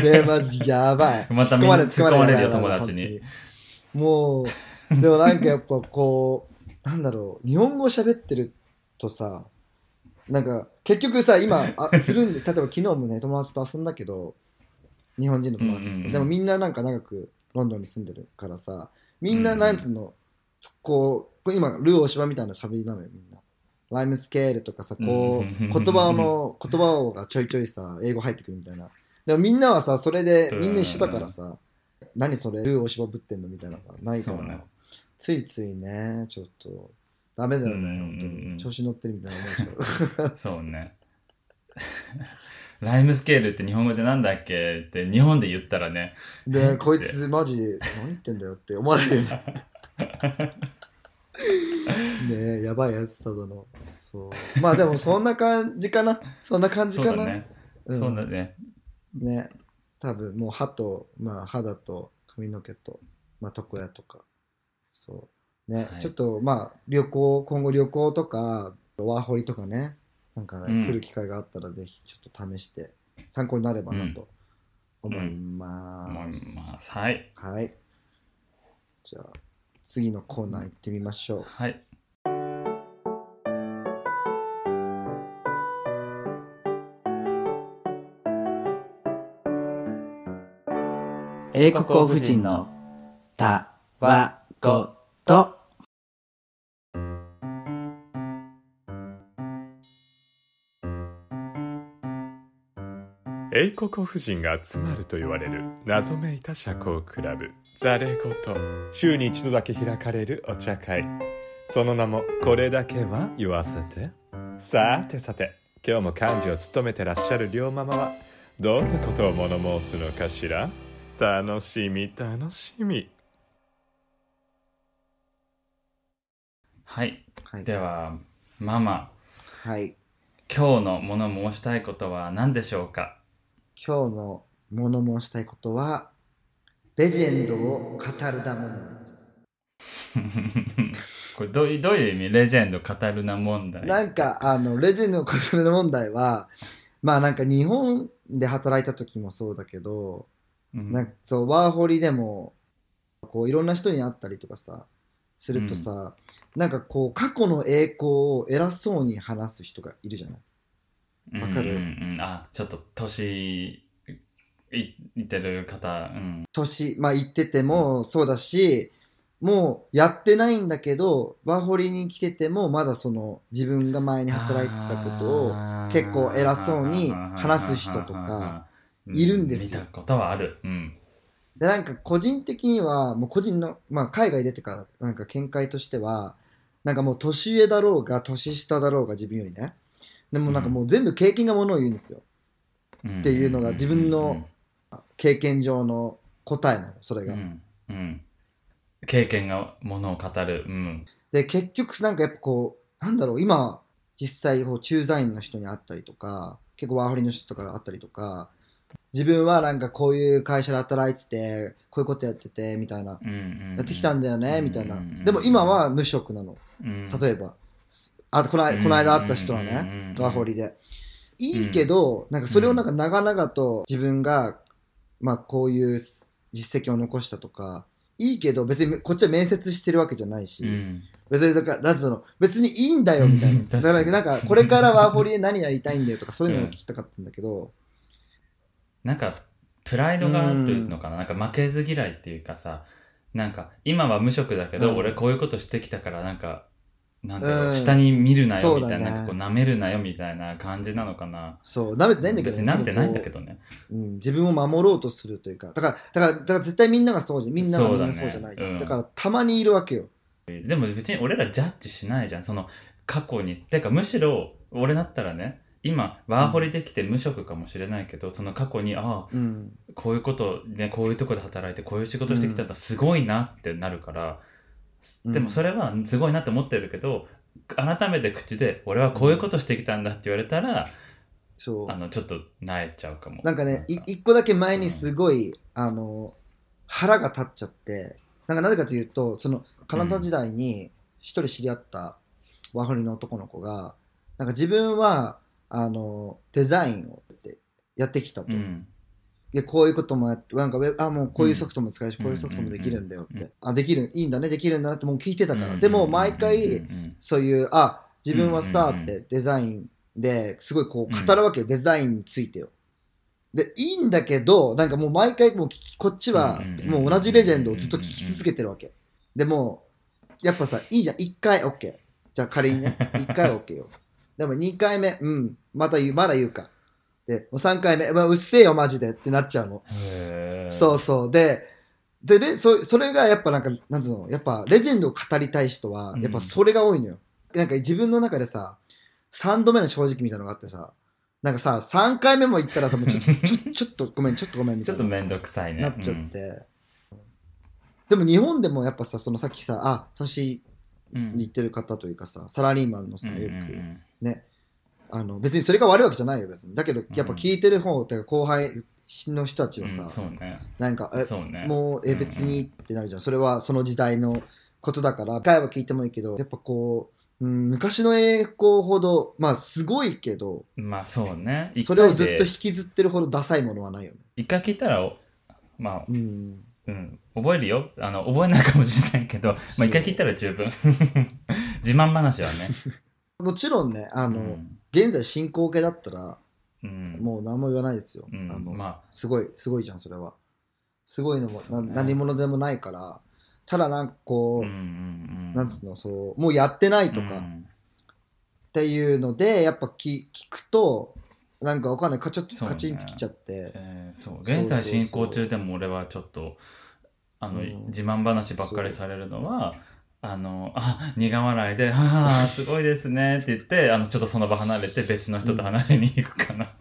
ねマジやばい またみんな突っ込まれるよ友達ににもうでもなんかやっぱこう なんだろう日本語喋ってるとさなんか結局さ今あするん です例えば昨日もね友達と遊んだけど日本人の友達とうんうんさうんでもみんななんか長くロンドンに住んでるからさみんななんつうのこうこう今ルー大芝みたいな喋りなのよみんなライムスケールとかさこうう言ん葉の言葉がちょいちょいさ英語入ってくるみたいなでもみんなはさそれでみんな一緒だからさ何それルー大芝ぶってんのみたいなさないかそうらねついついねちょっとダメだよねうんうん本当うんに調子乗ってるみたいな思っちゃうそうね ライムスケールって日本語でなんだっけって日本で言ったらね でこいつマジ何言ってんだよって思われるよねねえやばいやつただのそうまあでもそんな感じかなそんな感じそうかだなね、うんそうだねね多分もう歯と、まあ、肌と髪の毛と、まあ、床屋とかそうね、はいちょっとまあ旅行今後旅行とかワーホリとかねなんかね、うん来る機会があったらぜひちょっと試して参考になればなと思います、思いますはいはいじゃあ次のコーナー行ってみましょう。はい。英国王夫人のたわごと英国夫人が集まると言われる謎めいた社交クラブザレゴと週に一度だけ開かれるお茶会その名もこれだけは言わせてさてさて今日も幹事を務めてらっしゃる両ママはどんなことを物申すのかしら楽しみ楽しみはい。はい。では、ママ、はい。今日の物申したいことは何でしょうか 今日の物申したいことは、レジェンドを語るだ問題です。これどういどういう意味レジェンド語るな問題。なんか、あの、レジェンドを語るだ問題は、まあなんか日本で働いた時もそうだけど、うんなんかそうワーホリでもこういろんな人に会ったりとかさするとさ、なんかこう過去の栄光を偉そうに話す人がいるじゃないわかるうんうんうんあ、ちょっと年いいってる方、うん。年、まあ、行っててもそうだし、もうやってないんだけどワーホリに来ててもまだその自分が前に働いてたことをを結構偉そうに話す人とかいるんですよ見たことはある。うん。でなんか個人的にはもう個人の、まあ、海外出てからなんか見解としてはなんかもう年上だろうが年下だろうが自分よりねでもなんかもう全部経験がものを言うんですよっていうのが自分の経験上の答えなのそれうん、うが、んうん経験がものを語る。うん。で結局なんかやっぱこうなんだろう今実際こう駐在員の人に会ったりとか結構ワーホリの人とかが会ったりとか自分はなんかこういう会社で働いててこういうことやっててみたいなうんうんうんやってきたんだよねみたいなうんでも今は無職なのうん例えばあこの間この間会った人はうんうんねうんうんワーホリでいいけどなんかそれをなんか長々と自分がまあこういう実績を残したとかいいけど別にこっちは面接してるわけじゃないし、うん別にだからなんつうの別にいいんだよみたいなだ確かからになんかこれからワーホリで何やりたいんだよとかそういうのを聞きたかったんだけど、なんかプライドがあるのかな,、なんか負けず嫌いっていうかさなんか今は無職だけど、うん俺こういうことしてきたからなんかなんだろう、うん下に見るなよみたそいな,、うだねなんかこう舐めるなよみたいな感じなのかなそう舐めてないんだけど、別に舐めてないんだけどねうん、自分を守ろうとするというかだからだからだから絶対みんながそうじゃんみんながみんなそうじゃないじゃんだ,、そうだねうんからたまにいるわけよでも別に俺らジャッジしないじゃんその過去にてかむしろ俺だったらね今ワーホリできて無職かもしれないけど、その過去にああうんこういうこと、ね、こういうとこで働いてこういう仕事してきたんだ、すごいなってなるから、うんでもそれはすごいなって思ってるけど改めて口で「俺はこういうことしてきたんだ」って言われたら、そうあのちょっとなえちゃうかもなんかね、い一個だけ前にすごい、あの、腹が立っちゃって、なんかなぜかというと、その、カナダ時代に一人知り合ったワーホリの男の子が、なんか自分は、あの、デザインをってやってきたと。うんで、こういうこともやって、なんかウェブあ、もうこういうソフトも使えるし、うんこういうソフトもできるんだよって。うんうんあ、できる、いいんだね、できるんだなってもう聞いてたから。うんでも、毎回、うんうんそういう、あ、自分はさ、うんうんうんってデザインですごいこう語るわけよ、デザインについてよ。で、いいんだけど、なんかもう毎回もう聞きこっちはうんうんうんもう同じレジェンドをずっと聞き続けてるわけ。でも、やっぱさ、いいじゃん、1回 OK。じゃあ仮に ね、1回は OK よ。でも2回目、うん、また言う、まだ言うか。で、もう3回目、まあ、うっせえよ、マジでってなっちゃうの。へーそうそう。で、で、でそそれがやっぱなんか、なんつうの、やっぱレジェンドを語りたい人はう、んやっぱそれが多いのよ。なんか自分の中でさ、3度目の正直みたいなのがあってさ、なんかさ、3回目も行ったらさ、もうちょっ と、ちょちょっとごめん、ちょっとごめんみちたょいっとな、面倒くさいねなっちゃって。でも日本でもやっぱさ、そのさっきさ、あ、年うんうんに行ってる方というかさ、サラリーマンのさ、よく、うんうんうんね、あの別にそれが悪いわけじゃないよ、別に。だけど、やっぱ聞いてる方、てか後輩の人たちはさ、うんそうねなんか、え、そうねもうえうん別にってなるじゃん、それはその時代のことだから一回は聞いてもいいけどやっぱこう、うん、昔の栄光ほどまあすごいけどまあそうねそれをずっと一回引きずってるほどダサいものはないよね、で一回聞いたらおまあうん、うん、覚えるよあの覚えないかもしれないけど、まあ、一回聞いたら十分 自慢話はね、もちろんねあうの、ん現在進行形だったらうん、もう何も言わないですよ、うんあのまあすごいすごいじゃんそれはすごいのもそなうね何者でもないからただなんかこう、うんうんうん、なんつうのそうもうやってないとうかんっていうのでやっぱき聞くとなんかわかんないかちょっとそうねカチンってきちゃって、えーそうそう現在進行中でも俺はちょっとあの、うん自慢話ばっかりされるのはあのあ苦笑いで「はあすごいですね」って言ってあのちょっとその場離れて別の人と離れに行くかな、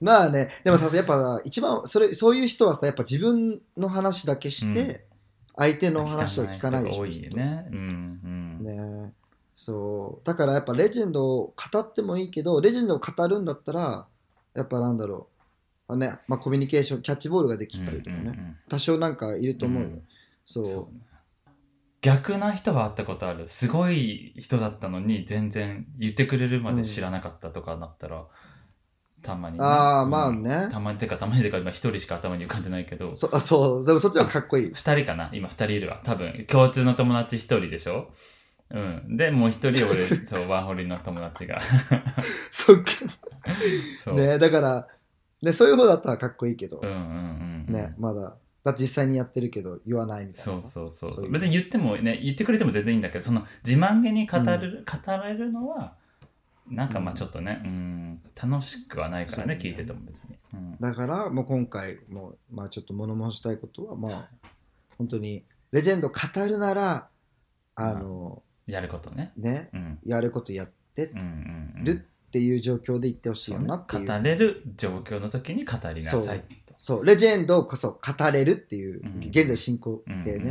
まあねでもさやっぱ一番それそういう人はさやっぱ自分の話だけして、うん相手の話を聞かないでしょ人が多いきっよとねうんうんねそうだからやっぱレジェンドを語ってもいいけどレジェンドを語るんだったらやっぱなんだろうあ、ねまあ、コミュニケーションキャッチボールができたりとかね、うんうんうん多少なんかいると思うよ、うんそうそうね逆な人は会ったことあるすごい人だったのに全然言ってくれるまで知らなかったとかなったら、たまにね、ああうんまあねたまにてかたまにてか今一人しか頭に浮かんでないけどそあそうでもそっちの方がかっこいい二人かな今二人いるわ多分共通の友達一人でしょうん、でもう一人 俺そうワーホリの友達がそっかそう、ねだから、ね、そういう方だったらかっこいいけど、うんうんうん、ねまだだって実際にやってるけど言わないみたいなそうそうそうそういう別に言ってもね言ってくれても全然いいんだけどその自慢げに語る、語れるのはなんかまあちょっとね、うん、楽しくはないからねそうね聞いてても別に、うん、だからもう今回もう、まあ、ちょっと物申したいことはまあ本当にレジェンド語るならあの、やることね、ねうん、やることやってうんうんうんるっていう状況で言ってほしいそようねなっていうそう,、語れる状況の時に語りなさいとレジェンドこそ語れるっていう、うん現在進行うんうんうん形ね、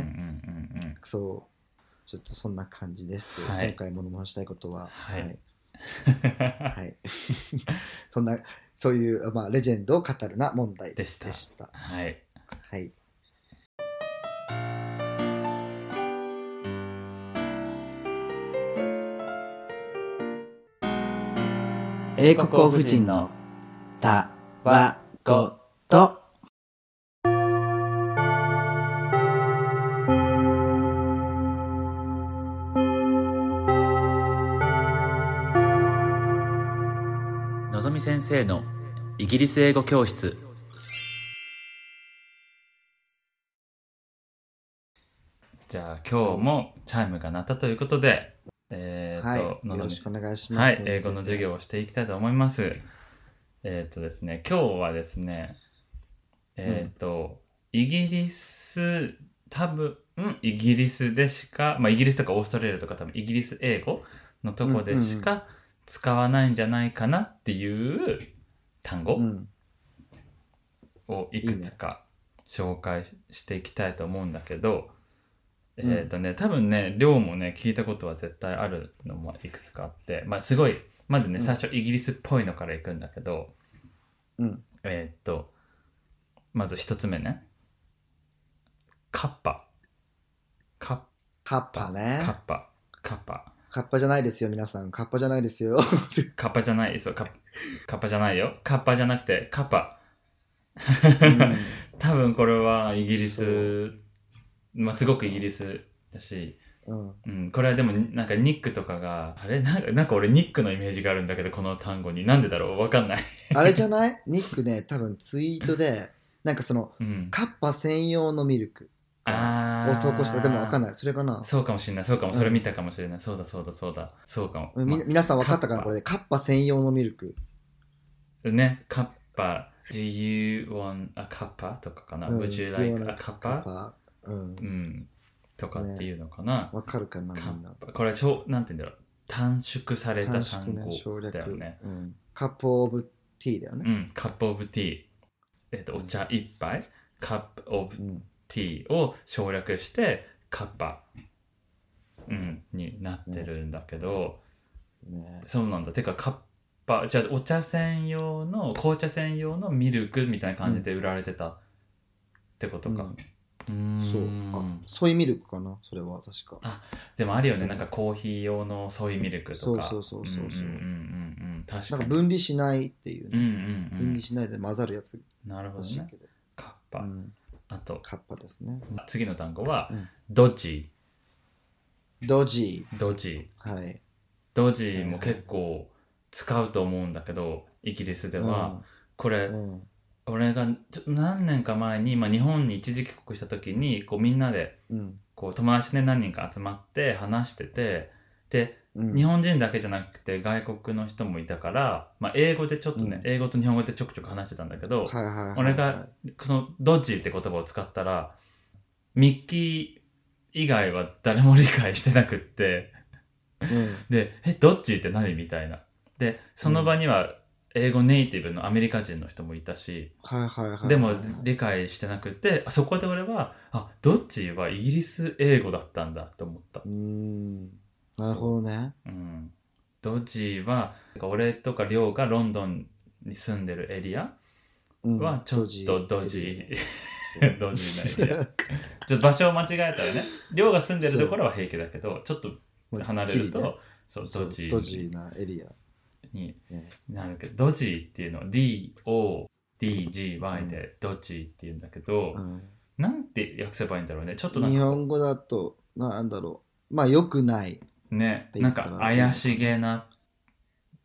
うんうんそうちょっとそんな感じです、はい今回物申したいことははいはい、はい、 そんなそういう、まあ、レジェンドを語るな問題でしたでしたはいはい英国王夫人のたわごとのぞみ先生のイギリス英語教室じゃあ今日もチャイムが鳴ったということで、えーとはい、のよろぞみしくお願いします。はの、いぞみ英語先の授生業をしていきたいと思います。えーっ、とですね、今日はですね、えーっ、と、イギリス、多分、イギリスでしか、まあ、イギリスとかオーストラリアとか多分イギリス英語のとこでしか使わないんじゃないかなっていう単語うん、をいくつか紹介していきたいと思うんだけど、んえっ、とね多分ね量もね聞いたことは絶対あるのもいくつかあってまあすごいまずね、うん最初イギリスっぽいのからいくんだけど、うんえっ、とまず一つ目ねカッパカッカッパパ、カねッ。パカッパカッパじゃないですよ、皆さん。カッパじゃないです よ。カッパじゃないですよカッカッパじゃないよカッパじゃなくてカッパうん多分これはイギリそス、まあ、すごくイギリスだし、うん、うん、これはでもなんかニックとかがあれなんかなんか俺ニックのイメージがあるんだけどこの単語になんでだろうわかんない、 あれじゃないニックね、多分ツイートで、なんかその、うん、カッパ専用のミルクあを投稿した。でもわかんないない。それかな。そうかもしれないそうかもうんそれ見たかもしれない、そうだそうだそうだそうかも、うんみま皆さんわかったかカッなパこれで。カッパ専用のミルク。あねカッパ Do you want a cuppa? とかかな、うん Would you どう like な a る cuppa? パ。うんう。んとかっていうのかな、わかるかな、みカんッな。パこれはしょうなんて言うんだろう短縮された短縮単ね、省語略。だよねうんカップオブティーだようね。ん、カップオブティー、えっとお茶一杯カップオブうんティーを省略してカッパ、うん、になってるんだけど、ねそうなんだてかカッパじゃあお茶専用の紅茶専用のミルクみたいな感じで売られてたってことか、うーん、そう。あ、ソイミルクかなそれは確か。でもあるよねなんかコーヒー用のソイミルクとかそうそうそうそうそうんんんうんうん確なかんかに分離しないっていううんね。うんう分ん離しないで混ざるやつなるほらどしいねけど。カッパ、うんあとカッパですね。次の単語はうんドジドジドジー。はい。ドジも結構使うと思うんだけどイギリスではこれうんうん俺がちょ何年か前に、まあ、日本に一時帰国した時にこうみんなでうんこう友達で何人か集まって話しててでうん日本人だけじゃなくて外国の人もいたから、まあ、英語でちょっとね、う英語と日本語でちょくちょく話してたんだけど、はいはいはいはい俺がその「ドッジ」って言葉を使ったらミッキー以外は誰も理解してなくってうんで「えドッジって何?」みたいなでその場には英語ネイティブのアメリカ人の人もいたし、はいはいはいはい。でも理解してなくてあそこで俺はあどっちはイギリス英語だったんだと思ったう、ん。なるほどね。うん、どっちはてか俺とか亮がロンドンに住んでるエリアうんはちょっとドジ、ドジなエリそアうちょっと場所を間違えたら ね亮が住んでるところは平気だけどちょっと離れると、もうそうそうドジドジなエリア。にねなるけどドジっていうのは DODGY でドジっていうんだけど、うんなんて訳せばいいんだろうねちょっとなんか日本語だと、なんだろう。まあ、良くない。ねて言なんっかたら怪しげな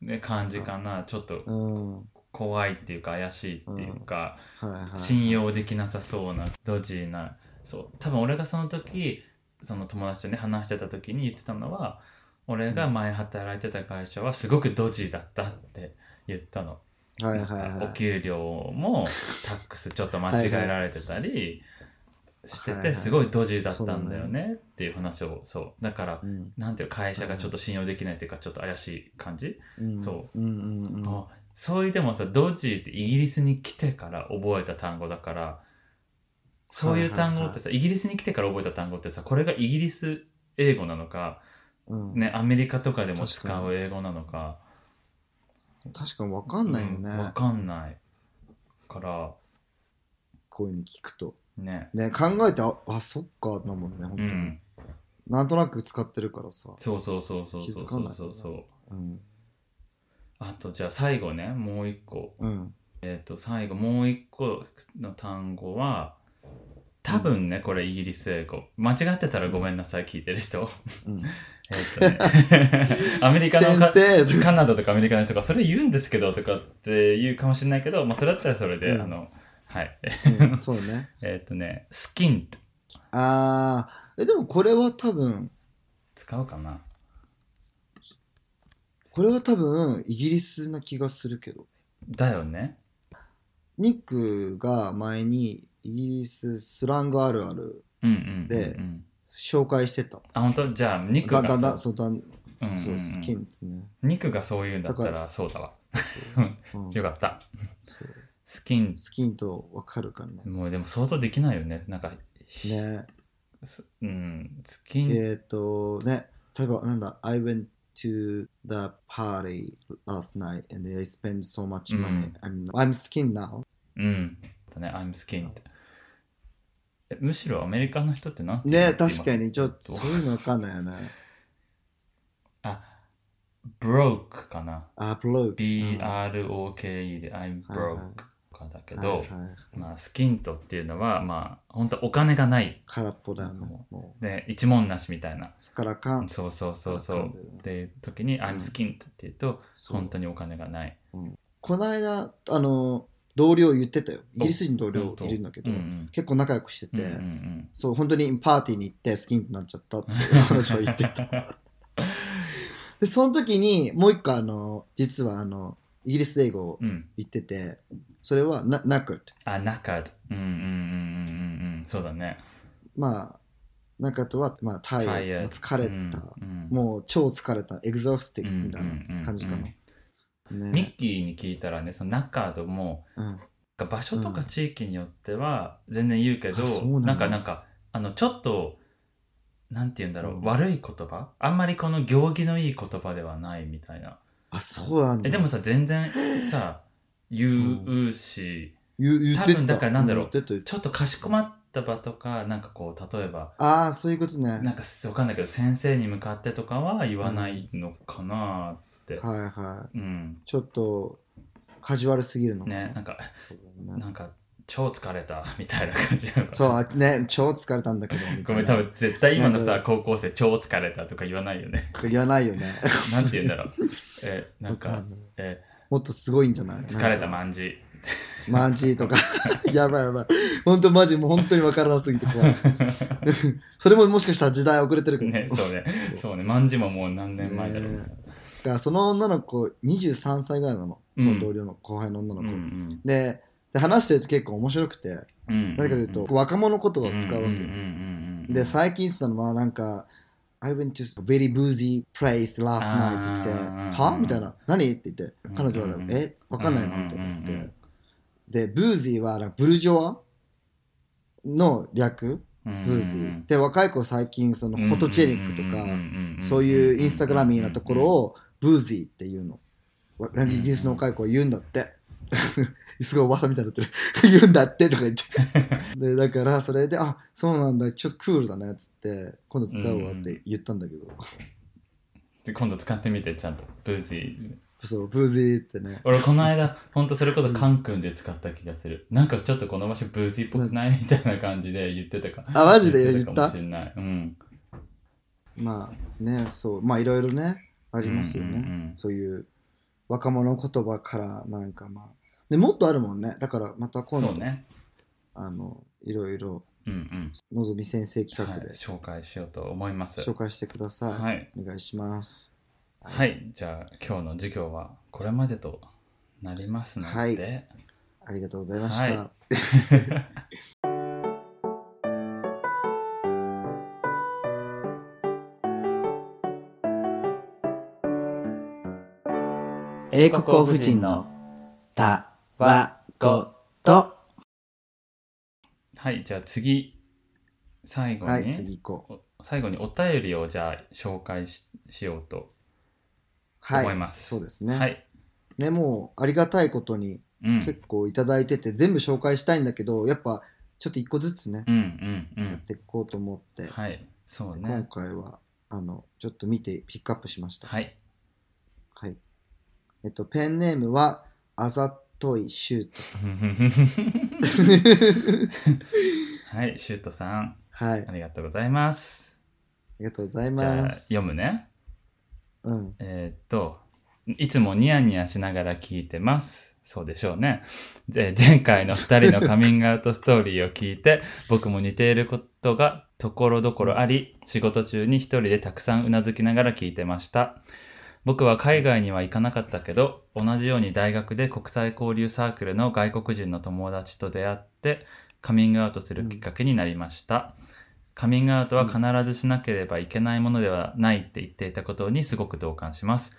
ね感じかなちょっとうん。はい怖いっていうか怪しいっていうか、はい。信用できなさそうなドジーなそう多分俺がその時その友達とね話してた時に言ってたのは俺が前働いてた会社はすごくドジーだったって言ったの、はいはいはいなんはかいお。給料もタックスちょっと間違えられてたりしてはいはていすごいドジーだったんだよねっていう話をそうだからうんなんていうか会社がちょっと信用できないっていうかちょっと怪しい感じ、うんそうんうんうんあそういうでもさドジーってイギリスに来てから覚えた単語だからそういう単語ってさ、イギリスに来てから覚えた単語ってさこれがイギリス英語なのか、うんね、アメリカとかでも使確かう英語なのか確かに分かんないよね、うんわかんないからこういうの聞くとねね考えてああそっかだもんね本う当に、んなんとなく使ってるからさ、そうそうそうそうそう気づそかないうよねそうそううんあとじゃあ最後ねもう一個うん、えっ、と最後もう一個の単語は多分ね、これイギリス英語間違ってたらごめんなさい聞いてる人うん、えっとねアメリカのか先生カナダとかアメリカの人がそれ言うんですけどとかって言うかもしれないけど、まあ、それだったらそれで、うんあのはいうんそうねえっ、とねスキンあーえでもこれは多分使うかなこれは多分イギリスな気がするけどだよねニックが前にイギリススラングあるあるうんうんうんうんで紹介してたあ本当じゃあ肉だがだだそそうだう,、うんうんうんそうスキンってね、肉がそういうんだっただからそうだわうん、よかったそうスキンスキンと分かるかなもうでも想像できないよねなんかねすうん、スキン、えっ、とね、例えばなんだ、I went to the party last night and I spent so much う money.、ん I'm, I'm skin now. うん。だね、I'm skin って。えむしろアメリカの人ってなんて言うね、の確か。今にちょっとそういうのわかんないよね。 あ、broke かな。あ、ブロー B-R-O-K-E で I'm はいはい broke かだけけど、まあ、スキンとっていうのは、まあ、本当お金がない。空っぽだよね。ももう、で、一文なしみたいな。すからかん。そうそうそうそそうう。っていう時に、I'm skin って言うと、そう本当にお金がない。この間、あの、同僚言ってたよ。イギリス人同僚いるんだけど、うんうん結構仲良くしてうんて、うんうんそう、本当にパーティーに行ってスキンになっちゃったっていう話を言って た。で、その時にもう一個あの、実はあの、イギリス英語をうん。言ってて、それはな、なくって。あ、中と。うんうんうんうんうんうん。そうだね。まあ、なかとは、まあ、タイ tired 疲れた、うんうんもう超疲れた、エグザフスティックみたいな感じかうんうな。んうんミねッキーに聞いたらねその中でもうん、場所とか地域によっては全然言うけど、あそうなんだなんかなんかあのちょっとなんて言うんだろう、うん悪い言葉あんまりこの行儀のいい言葉ではないみたいなあ、そうなんだ。えでもさ全然さ言うし、言う言って多分た。だからなんだろう言ってた言ってちょっとかしこまった場とかなんかこう例えばたああ、そういうことね。なんかわかんないけど先生に向かってとかは言わないのかなって、はいはい。うんちょっと、カジュアルすぎるのかなねなんかそうだねなんか超疲れたみたいな感じなのかなそうあね超疲れたんだけどみたごめいん多な分絶対今のなんさか高校生超疲れたとか言わないよ ね言わないよねなんて言うんだろうえなんか、えもっとすごいんじゃない疲れたなんか卍じマジとか やばいやばい本当マジもう本当に分からなすぎて 怖いそれももしかしたら時代遅れてるかも、ねそうねそうね卍ももう何年前だろう、ねだからその女の子23歳ぐらいなの、うんその同僚の後輩の女のう子、んうんでで話してると結構面白くてなぜうんかというと、若者言葉を使うわけ、んんんうんで最近したのはなんか「I went to a very boozy place last あ night」ーって言ってうんうんう「んは?」みたいな「何?」って言ってうん彼女はう「んえわかんないの?」みたいなうんうんう言っんてでブージーはなんかブルジョワの略うんうんブージーで若い子最近そのフォトチェニックとかかそういうインスタグラミーなところをブージーっていうのわイギリスの若い子は言うんだってすごい噂みたいになってる言うんだってとか言ってでだからそれで「あそうなんだちょっとクールだね」っつって「今度使うわ」って言ったんだけど、で今度使ってみてちゃんとブージーそうブージーってね俺この間ほんとそれこそカン君で使った気がするなんかちょっとこの場所ブージーっぽくないみたいな感じで言ってたかあマジで言てったかもたしれないうんまあねそうまあいろいろねありますよね、うんうんうんそういう若者言葉からなんかまあでもっとあるもんねだからまた今そ度、うねあのいろいろうんうんのぞみ先生企画はいで紹介しようと思います紹介してください、はいお願いしますはいじゃあ今日の授業はこれまでとなりますのはいでありがとうございました、 は英国王夫人のたわごとはいじゃあ次最後はい、に次行こうお最後にお便りをじゃあ紹介ししようとはい思いますそうですね、はいねもうありがたいことにうんうん結構いただいてて全部紹介したいんだけどやっぱちょっと一個ずつね、うんうやっんていこうと思って、はいそう今ね回はあのちょっと見てピックアップしました、はい はいえっと、ペンネームはあざといシュート はい、シュートさん、はいあありがとうございます。りがとうございじゃあ、ます読むね。うんえーっと、いつもニヤニヤしながら聞いてます。そうでしょうね。で、前回の2人のカミングアウトストーリーを聞いて、僕も似ていることがところどころあり、仕事中に一人でたくさんうなずきながら聞いてました。僕は海外には行かなかったけど、同じように大学で国際交流サークルの外国人の友達と出会って、カミングアウトするきっかけになりました。カミングアウトは必ずしなければいけないものではないって言っていたことにすごく同感します。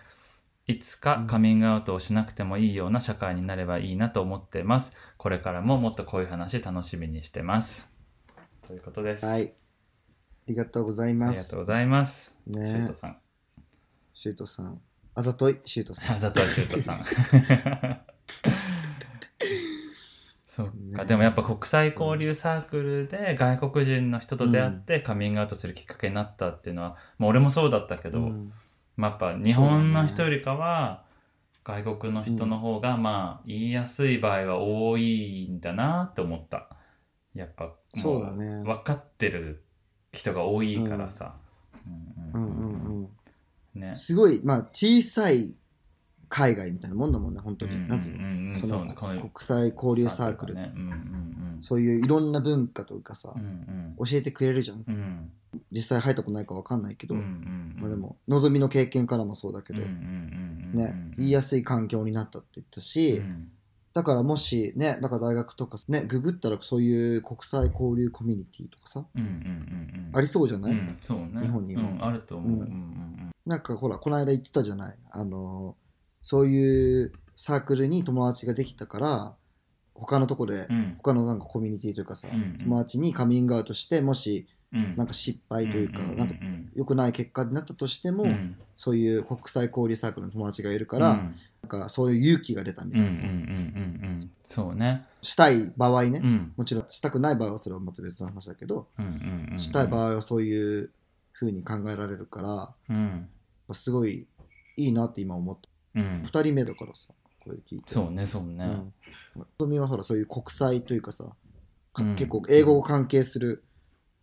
いつかカミングアウトをしなくてもいいような社会になればいいなと思ってます。これからももっとこういう話楽しみにしてます。ということです。はいありがとうございあまりがとすうございます。ねシュートさん。シュートさんあざといシュートさあんざといシュート さん。そうか、ねでもやっぱ国際交流サークルで外国人の人と出会ってカミングアウトするきっかけになったっていうのは、まあ俺もそうだったけど、うんまあ、やっぱ日本の人よりかは外国の人の方がまあ言いやすい場合は多いんだなと思ったやっぱもそうだね分かってる人が多いからさ、ううんんうんうんうねんすごいまあ小さい海外みたいなもんだもんね本当に、なんつうのんんんそのうこういう国際交流サークルねうんうんうんそういういろんな文化というかさ、うん教えてくれるじゃんうんうん実際入ったことないかわかんないけど、うんうんまあ、でも望みの経験からもそうだけうんど、うんうんうんね言いやすい環境になったって言ったし、うんだからもしねだから大学とかねググったらそういう国際交流コミュニティとかさ、うんうんうんうんありそうじゃない、うんそうね日本にうはんあると思う、うんうんうんなんかほらこの間言ってたじゃないあのそういうサークルに友達ができたから他のとこで、うんうん他のなんかコミュニティというかさ、うんうん友達にカミングアウトしてもしうんなんか失敗というか、なんかん良くない結果になったとしても、うんそういう国際交流サークルの友達がいるから、なんかそういう勇気が出たみうたん、いうんうんなさ、うんうんうんそうねしたい場合ね、うんもちろんしたくない場合はそれはまた別の話だけど、うんうんうんしたい場合はそういう風に考えられるからうんすごいいいなって今思ってうん2人目だからさこれ聞いてそうね、そうね。うん、とみはほらそういう国際というかさかうん結構英語を関係する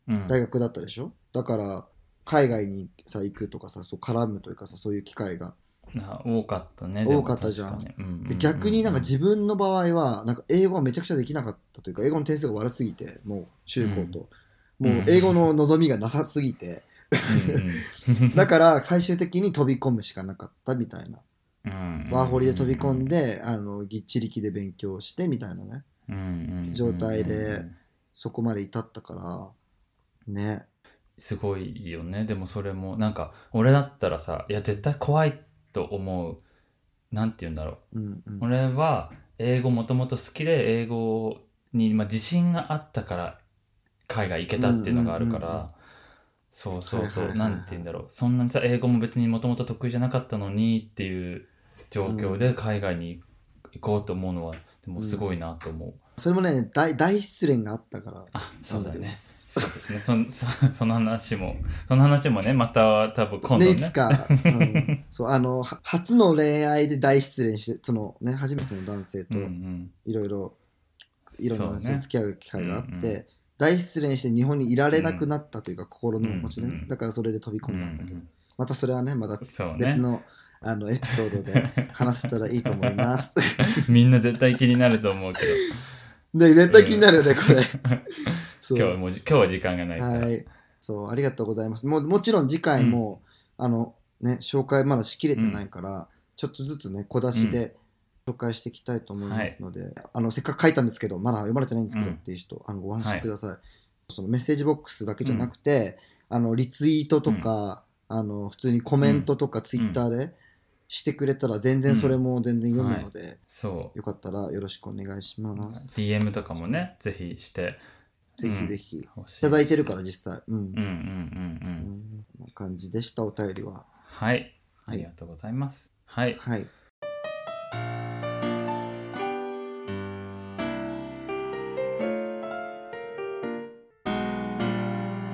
うん。大学だったでしょ、だから海外にさ行くとかさそう絡むというかさそういう機会があ多かったね。でも多かったじゃん確かにうううで逆になんか自分の場合はなんか英語はめちゃくちゃできなかったというか英語の点数が悪すぎてもう中高と、うんもう英語の望みがなさすぎて、うんうんだから最終的に飛び込むしかなかったみたいな、うんワーホリで飛び込んであのぎっちりきで勉強してみたいなねうんうん状態でそこまで至ったからねすごいよねでもそれもなんか俺だったらさいや絶対怖いと思うなんて言うんだろうんうんう俺は英語もともと好きで英語に、まあ、自信があったから海外行けたっていうのがあるから、うんうんうんそうそうそはういはいはいなんて言うんだろうそんなにさ英語も別にもともと得意じゃなかったのにっていう状況で海外に行こうと思うのはでもすごいなと思う、それもね大大失恋があったからあそうだね。そうですね。そんそその話も、その話もね、また多分今ね、度ね。いつか、うん、そうあのは初の恋愛で大失恋してそのね初めてその男性うとんうん。いろいろいろんな、ねそうね付き合う機会があって、うんうん大失恋して日本にいられなくなったというか、心の持ちね、うんうんだからそれで飛び込うんんだんだけど、またそれはねまたうん、そうね別。の,、あのエピソードで話せたらいいと思います みんな絶対気になると思うけど、で絶対気になるよね これそ今日はもう今日は時間がないから。はい。そう、ありがとうございます。もうもちろん次回も、あの、ね、紹介まだしきれてないから、ちょっとずつね、小出しで紹介していきたいと思いますので、あの、せっかく書いたんですけど、まだ読まれてないんですけどうんっていう人、あの、ご安心ください。そのメッセージボックスだけじゃなくて、あの、リツイートとか、あの、普通にコメントとかツイッターでしてくれたら、全然それも全然読むので、そよかったらよろしくお願いしう。ます。 DM とかもね、ぜひしてぜひぜひ、いほしい。いただいてるから、実際。うんうんうんううんう。んんこんな感じでしたお便りははい。あはいりがとうございます。はい。はい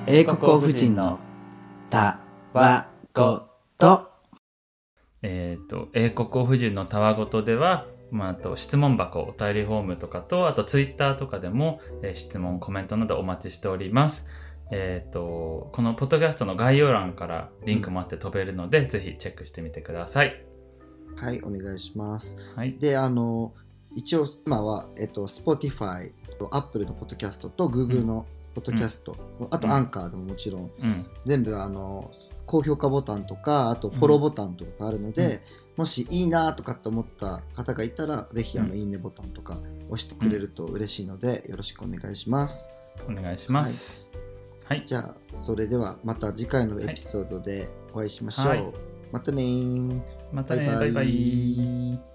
英国王夫人のたわごとえっ、と、英国王夫人のたわごとでは、まあ、あと質問箱、お便りフォームとかと、あとツイッターとかでも、えー質問、コメントなどお待ちしております。えっ、と、このポッドキャストの概要欄からリンクもあって飛べるので、ぜひチェックしてみてください。はいお願いしますはい。であの一応今は、えっと、Spotify と Apple のポッドキャストと Google のポッドキャスト、あうとんアンカーでももちろんうん。全部あの高評価ボタンとかあとフォローボタンとかあるので、もしいいなとかって思った方がいたらぜひあの、うんいいねボタンとか押してくれると嬉しいので、よろしくお願いしますお願いします。はい。じゃあそれではまた次回のエピソードでお会いしましょう、はいまたねーまたね。バイバイバイバイ